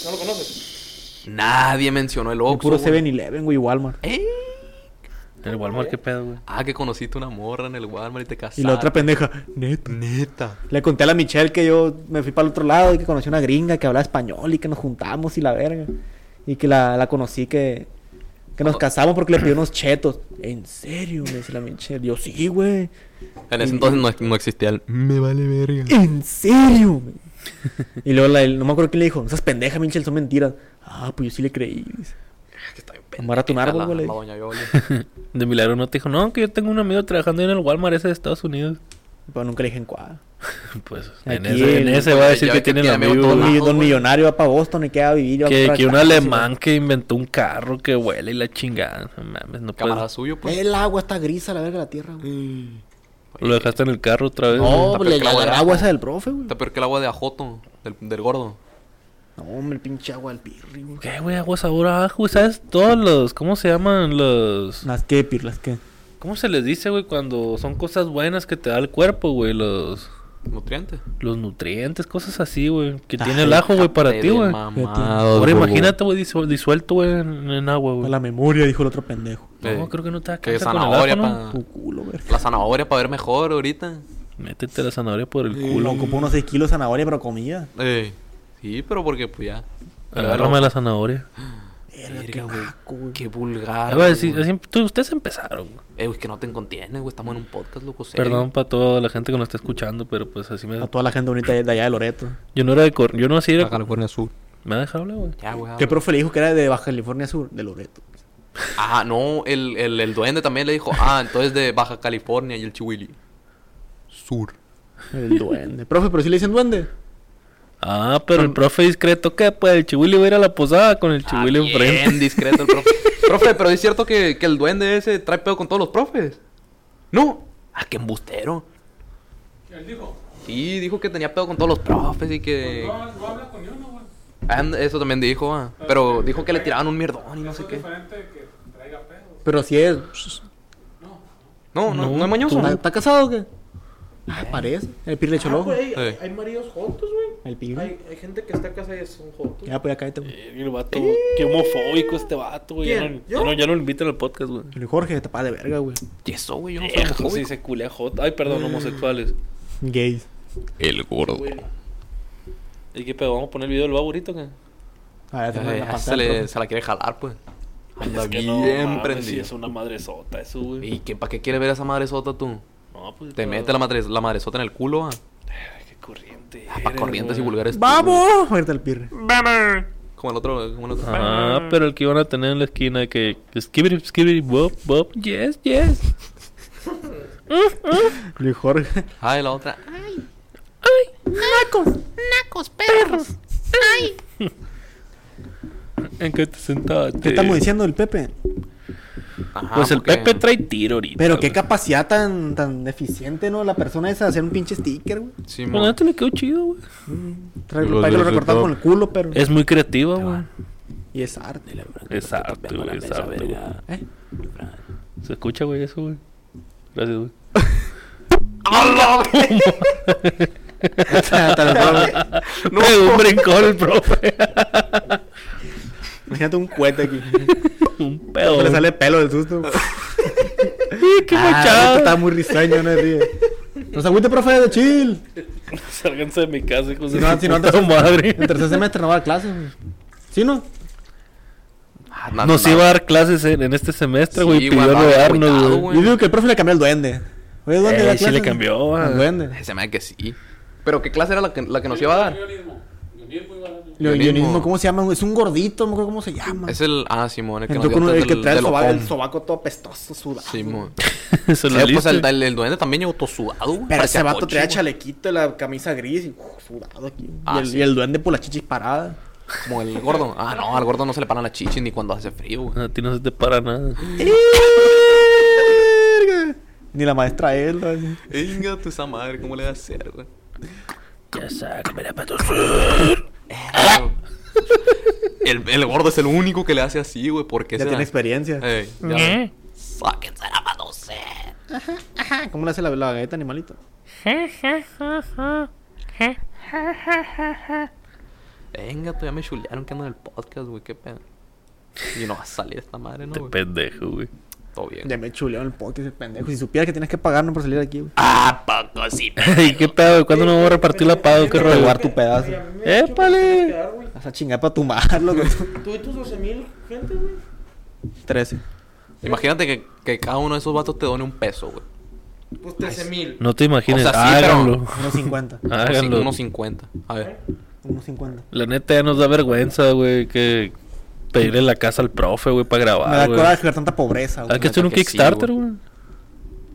E: ¿No lo conoces?
D: Nadie mencionó el
C: El
D: Oxxo.
C: puro
D: güey.
C: 7-Eleven, güey, Walmart.
D: ¿Eh?
B: El Walmart, qué pedo, güey.
D: Ah, que conociste una morra en el Walmart y te casaste.
C: Y la otra pendeja, neta.
D: Neta.
C: Le conté a la Michelle que yo me fui para el otro lado y que conocí una gringa que hablaba español y que nos juntamos y la verga. Y que la, la conocí que, que
B: Oh.
C: nos casamos porque le pidió unos chetos. ¿En serio? Me dice la Michelle. Yo, sí, güey.
D: En ese entonces no, no existía el. Me vale verga.
C: ¿En serio? y luego la, no me acuerdo quién le dijo, esas pendejas, Michelle, son mentiras. Ah, pues yo sí le creí. dice.
D: Que está bien
C: Amárrate un
D: pendeja
C: árbol,
D: la-
C: güey.
D: la doña Yoli.
B: De milagro no te dijo, no, que yo tengo un amigo trabajando en el Walmart ese de Estados Unidos.
C: Pero nunca le dije en cuál.
B: Pues en
C: Aquí
B: ese, en
C: el-
B: ese va a
D: Ya
B: decir
D: ve
B: que
D: que
B: tiene el
D: tiene
B: amigo.
D: amigos todos lados.
C: Don,
B: güey.
C: mi-
D: lado,
C: don
D: güey.
C: Millonario va para Boston y queda a vivir. y va
B: Que,
C: para
B: que un
C: acá, sí,
B: alemán que inventó un carro que huele y la chingada. No mames, no puedes.
D: Camarada suyo,
C: va.
D: pues.
C: El agua está gris a la verga de la tierra, güey.
B: Lo dejaste en el carro otra vez.
C: No,
D: está peor
C: le
D: que pues, la
C: la
D: agua de
C: agua esa del profe, güey.
D: Está peor que el agua de Ajoto, del, del gordo.
C: No, hombre, el pinche agua del pirri, güey.
B: ¿Qué, güey? Agua sabor a ajo, güey. ¿Sabes? Todos los... ¿Cómo se llaman los...?
C: Las que, pir, las que.
B: ¿Cómo se les dice, güey? Cuando son cosas buenas que te da el cuerpo, güey. Los...
D: Nutriente.
B: Los nutrientes, cosas así, güey. Que tiene
C: Ay,
B: el ajo, güey, para
D: Te
B: ti,
D: de
B: güey.
D: mamado,
B: Ahora
D: gordo.
B: imagínate, güey, disu- disuelto, güey, en, en agua,
C: A
B: güey.
C: la memoria, dijo el otro pendejo.
D: Eh,
B: No, creo que no te da
D: que
B: cáncer con el
D: zanahoria
B: ajo, ¿no?
D: pa-
C: Tu culo, verga.
D: La zanahoria para ver mejor ahorita.
B: Métete la zanahoria por el
C: Culo,
B: culo.
C: ocupo unos 6 kilos de zanahoria, pero comida.
D: Eh, sí, pero porque pues ya.
B: Agárrame la zanahoria.
C: Verga,
D: Verga,
C: qué
D: güey.
C: naco, güey.
D: Qué vulgar.
B: Ah, güey, sí,
D: güey.
B: siempre- tú- ustedes empezaron, güey.
D: Eh, güey, que no te contiene, güey. Estamos en un podcast, loco. serio.
B: Perdón para toda la gente que nos está escuchando, pero pues así me...
C: A toda la gente bonita de de allá de Loreto.
B: Yo no era de... Cor... Yo no así
D: La
B: era...
D: California Sur.
B: ¿Me ha dejado hablar, güey?
D: Ya, güey.
C: ¿Qué
D: habla.
C: profe le dijo que era de Baja California Sur? De Loreto.
D: Ah, no. El, el, el duende también le dijo, ah, entonces de Baja California y el Chihuili. Sur.
C: El duende. Profe, pero si le dicen duende.
B: Ah, pero el profe discreto, ¿qué? Pues el chihuile va a ir a la posada con el chihuile
D: Ah, Bien
B: enfrente.
D: discreto el profe. profe, pero es cierto que, que el duende ese trae pedo con todos los profes. No. Ah, qué embustero. ¿Qué él dijo? Sí, dijo que tenía pedo con todos los profes y que. No, habla con uno, güey. Eso también dijo, ah. Pero dijo que le tiraban un mierdón y no sé qué. Eh,
C: Pero si es.
D: No, no, no, es mañoso.
C: ¿Está, está casado o qué? Ah, parece. El pirri le echó el ojo.
E: Ah, Güey,
D: Sí.
E: hay, hay maridos jotos, güey.
C: El pirri.
E: Hay, hay gente que está casada y son jotos.
C: Ya, pues ya cállate, güey.
B: El vato, qué homofóbico este vato, güey. Ya
E: ¿Quién?
B: no-
E: ¿Yo?
B: Ya no, ya no lo invitan al podcast, güey.
C: El Jorge te paga de verga, güey.
D: Y eso, güey, yo no soy
B: Viejo, sí
D: homofóbico.
B: se culea J. Ay, perdón, homosexuales.
C: Gays.
D: El gordo.
B: ¿Y qué pedo? ¿Vamos a poner el video del baburito, qué?
C: A ver, tengo
D: Eh,
C: la
D: ah,
C: pantalla,
D: se, le,
C: profe.
D: se la quiere jalar, pues. Anda
B: Es que no,
D: bien
B: mames, sí,
D: prendido.
B: es una madresota eso, güey.
D: ¿Y qué, para qué quieres ver a esa madre sota tú?
B: No, pues,
D: Te
B: pero-
D: mete la, madre, la madresota en el culo, ah.
B: Ay, qué corriente.
D: Para
B: eres,
D: corrientes y
B: güey.
D: vulgares. tú,
C: ¡Vamos! Ahorita el pirri.
D: güey. Como el otro, como el otro.
B: Ah, pero el que iban a tener en la esquina que... Skibidi, skibidi, bob, bob, yes, yes. Mm,
C: Luis Jorge.
D: Ah, y la otra.
B: ¿En qué te sentaste?
C: ¿Qué estamos diciendo del Pepe?
D: Ajá,
B: Pues el
D: porque-
B: Pepe trae tiro ahorita.
C: Pero qué
B: güey.
C: capacidad tan, tan eficiente, ¿no? La persona esa de hacer un pinche sticker, güey.
D: Sí,
B: Bueno,
D: mo-
B: este le quedó chido, güey.
C: Trae
F: Los
C: para que lo
F: de
C: recortaba con el culo, pero.
B: Es muy creativa, güey.
C: Y es arte, la verdad.
B: Es arte, güey, es arte, güey.
C: ¿Eh?
B: Se escucha, güey, eso, güey. Gracias, güey.
C: Hasta el profe.
B: No, un brincón el profe.
C: Imagínate un cohete aquí.
B: un pedo.
C: Le sale pelo del susto.
B: Ay, qué
C: Ah, ahorita
B: machado.
C: Está muy risueño, no se ríe. Nos agüite, profe, de chill.
B: Sálganse de mi casa, hijos
C: Si
B: de
C: no,
B: su
C: si no,
B: puta
C: antes-
B: madre.
C: En tercer semestre no va a clases, güey. ¿Sí, no?
D: Ah, na-
B: Nos
D: na-
B: iba a dar clases en, en este semestre,
D: Sí,
B: güey.
D: güey,
B: pidió
D: va,
B: rodearnos,
D: cuidado,
B: güey.
D: güey.
C: Yo digo que el profe le cambió el duende. Oye, ¿dónde
B: Eh,
C: da
B: sí le
C: clases?
B: cambió, ah.
C: El duende.
D: Se me hace que sí. Pero ¿qué clase era la que, la que nos iba a dar?
C: Lo-
D: Leonismo.
C: Leonismo, ¿cómo se llama? güey? Es un gordito, no me acuerdo cómo se llama.
D: Es el. Ah, Simón, el que,
C: el,
D: nos dio
C: que uno- el
D: antes
C: que
D: del-
C: trae el
D: del
C: sobaco, el
D: Ocom.
C: sobaco todo pestoso, sudado.
D: Simón.
B: Se lo
D: Eh, pues
B: leíste.
D: el, el, el duende también llegó todo sudado, güey.
C: Pero
D: Parecía
C: ese vato
D: coche,
C: traía
D: güey.
C: chalequito, la camisa gris y uf, sudado aquí.
D: Ah,
C: y, el,
D: sí.
C: y el duende por las chichis paradas.
D: Como el gordo. Ah, no, al gordo no se le paran las chichis ni cuando hace frío, güey.
B: A ti no se te para nada.
C: Ni la maestra él. ¿no?
D: Venga, tu esa madre, ¿cómo le vas a hacer, güey?
B: Ya sácame la pato.
D: El, el gordo es el único que le hace así, güey, porque
C: Ya
D: ese-
C: tiene experiencia.
D: Ey, ya.
B: ¿Qué?
D: Sáquense la patosa.
C: Ah, ¿Cómo le hace la, la galleta animalito?
D: Venga, tú ya me chulearon que ando en el podcast, güey, qué pena. Y no va a salir esta madre, ¿no?
B: Te
D: güey?
B: Este pendejo, güey.
D: Todo bien.
C: Ya me chuleó el podcast ese pendejo. Si supieras que tienes que pagarnos por salir de aquí, güey.
D: Ah, poco sí.
B: ¿Y qué pedo? güey? ¿Cuándo nos vamos a repartir la pago? ¿Qué
C: Te voy a
B: rollo? ¿Eh?
C: dar tu pedazo.
B: ¡Épale!
C: Vas a chingar para tu madre, loco.
E: Tú y tus 12 mil gente, güey.
C: 13.
D: Imagínate que, que cada uno de esos vatos te done un peso, güey.
E: Pues 13 mil.
B: No te imagines.
D: O sea, sí, pero-
B: háganlo.
C: Unos 50.
D: Unos cin-
B: Háganlo.
D: Unos 50. A ver.
C: Unos 50.
B: La neta ya nos da vergüenza, güey, que pedirle la casa al profe, güey, para
C: Me da
B: grabar, güey.
C: coraje ver tanta pobreza, güey.
B: Hay que
D: neta
B: hacer un
D: que sí,
B: Kickstarter,
D: güey.
B: güey.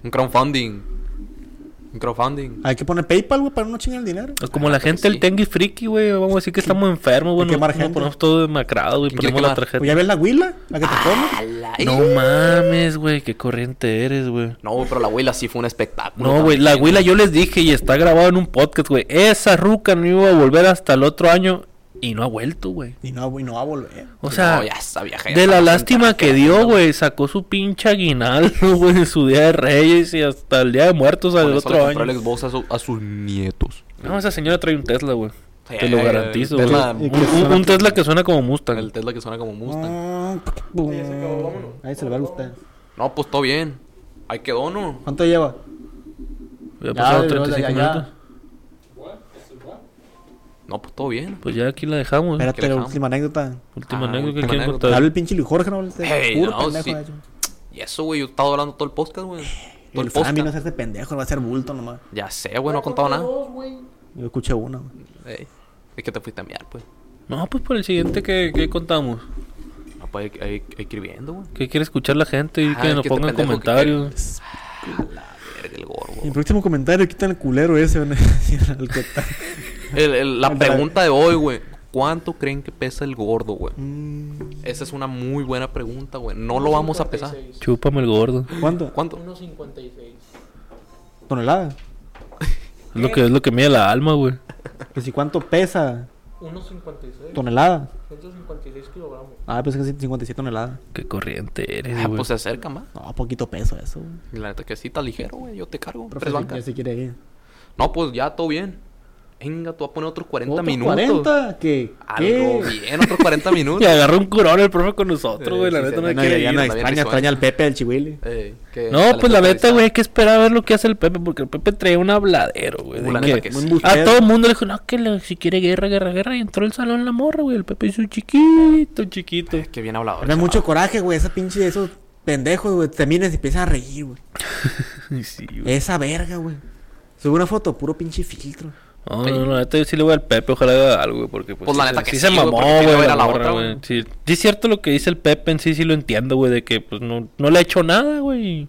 D: Un crowdfunding. Un crowdfunding.
C: Hay que poner PayPal, güey, para no chingar el dinero.
B: Es Ah, Como la
D: neta que
B: gente del
D: sí.
B: Tengue Friki, güey. Vamos a decir que estamos enfermos, güey.
C: ¿Y qué
B: Nos,
C: más
B: nos
C: gente?
B: ponemos todo demacrado, güey.
D: ¿Quién quiere
B: Ponemos
D: que
B: la
D: la-
C: Pues
B: tarjeta.
C: ya ves la huila, la que te pones.
B: Ah, No mames, güey. Qué corriente eres, güey.
D: Pues No, güey, pero la abuela sí fue un espectáculo.
B: No, güey,
D: también.
B: la güila yo les dije y está grabado en un podcast, güey. Esa ruca no iba a volver hasta el otro año y no ha vuelto, güey.
C: Y no, y no va a volver.
B: O sea,
D: No, ya sabía, ya
B: de la
D: estaba
B: lástima que dio, güey, sacó su pinche aguinaldo, güey, en su día de Reyes y hasta el día de muertos
D: Con
B: al
D: eso le
B: otro
D: compró
B: año.
D: el Xbox a, su- a sus nietos.
B: No, esa señora trae un Tesla, güey.
D: Sí,
B: Te lo
D: el
B: garantizo, güey.
D: Tesla-
B: Un, un- un Tesla que suena como Mustang.
D: El Tesla que suena como Mustang.
C: Ahí se le va a gustar.
D: No, pues todo bien. Ahí quedó, ¿no?
C: ¿Cuánto lleva?
B: Ya pasaron
C: ya, ya,
B: 35
C: ya.
B: minutos.
D: No, pues todo bien.
B: Pues ya aquí la dejamos. güey.
C: Espérate, la
D: dejamos?
C: última anécdota.
B: Última
D: Ah,
B: anécdota que
D: última
B: quieren
D: anécdota.
B: contar.
C: Habla el pinche Luis Jorge, ¿no? Este
D: Hey,
C: puro
D: no,
C: pendejo,
D: sí.
C: de hecho.
D: Y eso, güey, yo estaba hablando todo el podcast, güey. Todo el
C: El Sammy no
D: podcast.
C: es este pendejo, va a ser bulto nomás.
D: Ya sé, güey, no ha contado nada.
C: Yo escuché uno. güey.
D: Ey, es que te fuiste a miar, pues.
B: No, pues por el siguiente que, que contamos.
D: No, pues ahí- ahí ahí escribiendo, güey.
B: Que quiere escuchar la gente y
D: Ah,
B: que
D: es
B: nos
D: que este
B: pongan
D: pendejo que
B: comentarios.
D: Verga, el gordo.
C: El próximo comentario, quitan el culero ese, ¿no? Sí, el que está.
D: El- el- la
C: El de la-
D: pregunta de hoy, güey. ¿Cuánto creen que pesa el gordo, güey?
C: Mm.
D: Esa es una muy buena pregunta, güey. No lo vamos a pesar.
B: Chúpame el gordo.
C: ¿Cuánto?
D: ¿Cuánto?
E: 1.56.
C: ¿Toneladas?
B: Es lo que es lo que mide la alma, güey.
C: Pues, ¿y cuánto pesa?
E: 1.56.
C: ¿Tonelada?
E: 156 kilogramos.
C: Ah, pensé que sí, 57 toneladas.
B: Qué corriente eres,
D: Ah,
B: güey.
D: pues se acerca más.
C: No, poquito peso eso. güey.
D: Y La neta que sí, está ligero, güey. Yo te cargo.
C: Profe,
D: tres
C: ya-
D: bancas.
C: ya se quiere ir.
D: No, pues ya, todo bien. Venga, tú vas a poner otros 40
C: ¿Otros
D: minutos.
C: 40? ¿Qué?
D: Algo
C: ¿Qué?
D: bien, otros 40
B: y
D: minutos.
B: agarró un curón el profe con nosotros, güey. La
D: sí,
B: neta no
D: sí,
C: Ya
B: hay
C: no,
B: que
C: ya, ya
B: ir.
D: está
C: no,
D: bien
C: extraña,
D: visual.
C: extraña al Pepe, al chihuile.
D: Ey, Eh, que-
B: No, pues la neta,
D: actualizada.
B: güey, hay que esperar a ver lo que hace el Pepe, porque el Pepe traía un habladero, güey.
D: Uh,
B: de
D: la neta que sí.
B: A todo el mundo le dijo, no, que lo- si quiere guerra, guerra, guerra. Y entró el salón la morra, güey. El Pepe hizo un chiquito, chiquito.
D: Que bien hablado.
C: Me da mucho coraje, güey, esa pinche de esos pendejos, güey. Te miras y empiezas a reír, güey.
B: Y sí, güey.
C: Esa verga, güey. Subo una foto, puro pinche filtro.
B: No, no, no, la neta yo sí le voy al Pepe, ojalá haga algo, güey, porque pues,
D: Pues, la
B: sí
D: neta
B: se-
D: que
B: sí
D: sí,
B: se
D: güey,
B: mamó,
D: porque tiene
B: güey,
D: que ver
B: la
D: a la
B: morra,
D: otra,
B: güey.
D: güey.
B: Sí, sí es cierto lo que dice el Pepe en sí, sí lo entiendo, güey, de que pues no, no le ha hecho nada, güey.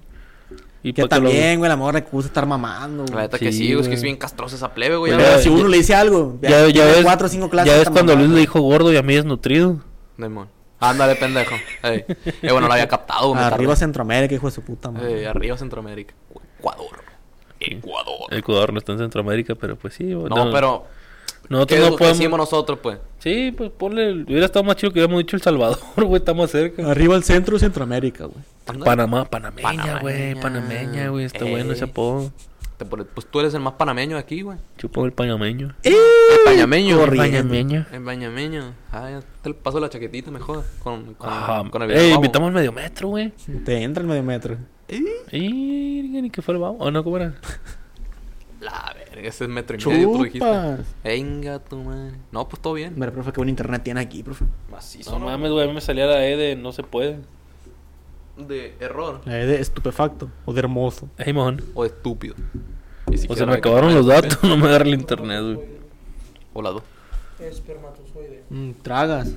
B: Y
C: Que
B: pa' que lo-
C: también, güey, la morra recusa estar mamando,
D: La
C: güey.
D: neta que
B: Sí,
D: sí, güey. Es que
B: güey.
D: es bien castrosa esa plebe, güey.
B: Pues
C: Pero
B: ya-
C: si uno le dice algo,
B: Ya, ya
C: tiene
B: ves,
C: cuatro o cinco clases.
B: ya ves
C: esta
B: cuando
C: mamada.
B: Luis le dijo gordo y a mí desnutrido.
D: Demon. Ándale, pendejo. Ey. Eh, bueno, la había captado, güey. me tardé.
C: Arriba Centroamérica, hijo de su puta madre.
D: Eh, arriba Centroamérica. Ecuador. Ecuador.
B: Ecuador no está en Centroamérica, pero pues sí, güey,
D: No, pero. ¿Qué
B: Nosotros
D: es
B: no
D: lo que
B: podemos...
D: decimos nosotros, pues?
B: Sí, pues ponle... Hubiera estado más chido que hubiéramos dicho El Salvador, güey, está más cerca.
C: Arriba el centro de Centroamérica, güey.
D: Ándale.
B: Panamá, panameña,
D: Panameña.
B: güey, panameña, güey, está bueno ese
D: Ey.
B: apodo.
D: Te pone- Pues tú eres el más panameño de aquí, güey.
B: Chupo el panameño.
D: El panameño.
B: Panameño.
D: El panameño. Ah, ya te paso la chaquetita mejor. Con, con,
B: Ajá.
D: con el
B: Ey,
D: babo.
B: Eh, invitamos al medio metro, güey.
C: Te entra el medio metro.
B: Y ni que fue el babo. Oh, no, ¿cómo era?
D: La verga, ese es metro y medio, tú lo dijiste.
C: Chupas.
D: Venga, tu madre. No, pues todo bien.
C: Mira, profe, qué buen internet tiene aquí, profe.
D: Macizo,
B: No
D: ¿no?
B: mames, güey, a mí me salía la E de no se puede.
D: De error
C: La
B: Eh,
C: E de estupefacto o de hermoso.
B: Ey, mojón.
D: o de estúpido.
B: O se me acabaron los datos, no me agarra el internet, güey.
D: O las dos.
E: Espermatozoide.
B: Mm, tragas.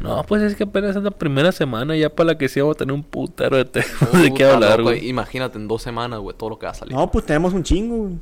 B: No, pues es que apenas es la primera semana ya para la que sí vamos a tener un putero de temas de qué
D: Puta,
B: hablar,
D: loco,
B: güey.
D: Imagínate en dos semanas, güey, todo lo que va a salir.
C: No, pues tenemos un chingo, güey.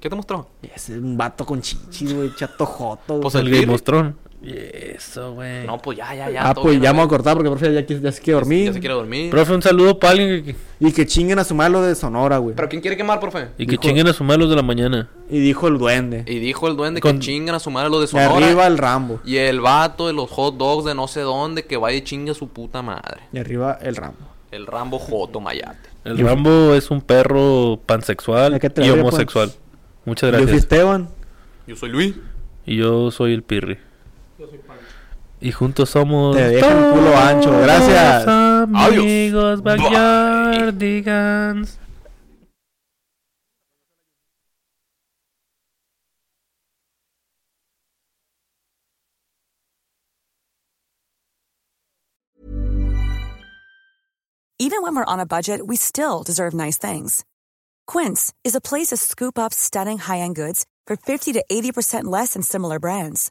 D: ¿Qué te mostró?
C: Es un vato con chichis, güey, chato joto.
D: Pues
B: El
D: el
B: Game
D: Birri.
B: of Thrones. Y Eso, güey.
D: No, pues ya, ya, ya.
C: ah,
D: todo
C: pues
D: bien,
C: ya
D: güey.
C: vamos a cortar porque profe ya, qui- ya se quiere
D: Ya
C: dormir.
D: se quiere dormir.
B: Profe, un saludo para alguien que-
C: Y que chinguen a su malo de Sonora, güey.
D: ¿Pero quién quiere quemar, profe?
B: y que chinguen a su malos de la mañana.
C: Y dijo el duende.
D: Y dijo el duende
B: Con-
D: que chingan a su madre lo de
C: De
D: Sonora.
C: arriba el Rambo.
D: Y el vato de los hot dogs de no sé dónde que vaya y chingue a su puta madre.
C: Y arriba el Rambo.
D: El Rambo Joto Mayate.
B: El Rambo es un perro pansexual
C: ¿A qué te
B: y
C: refieres,
B: homosexual.
C: pues?
B: Muchas
C: Yo fui
B: gracias.
C: Esteban.
F: Yo soy Luis.
B: Y yo soy el Pirri.
E: Yo soy Pancho.
B: Y juntos somos.
C: Te dejo el culo ancho.
B: todos
C: Gracias.
B: Amigos,
D: Adiós.
B: backyardigans.
H: Even when we're on a budget, we still deserve nice things. Quince is a place to scoop up stunning high-end goods for 50 to 80% less than similar brands.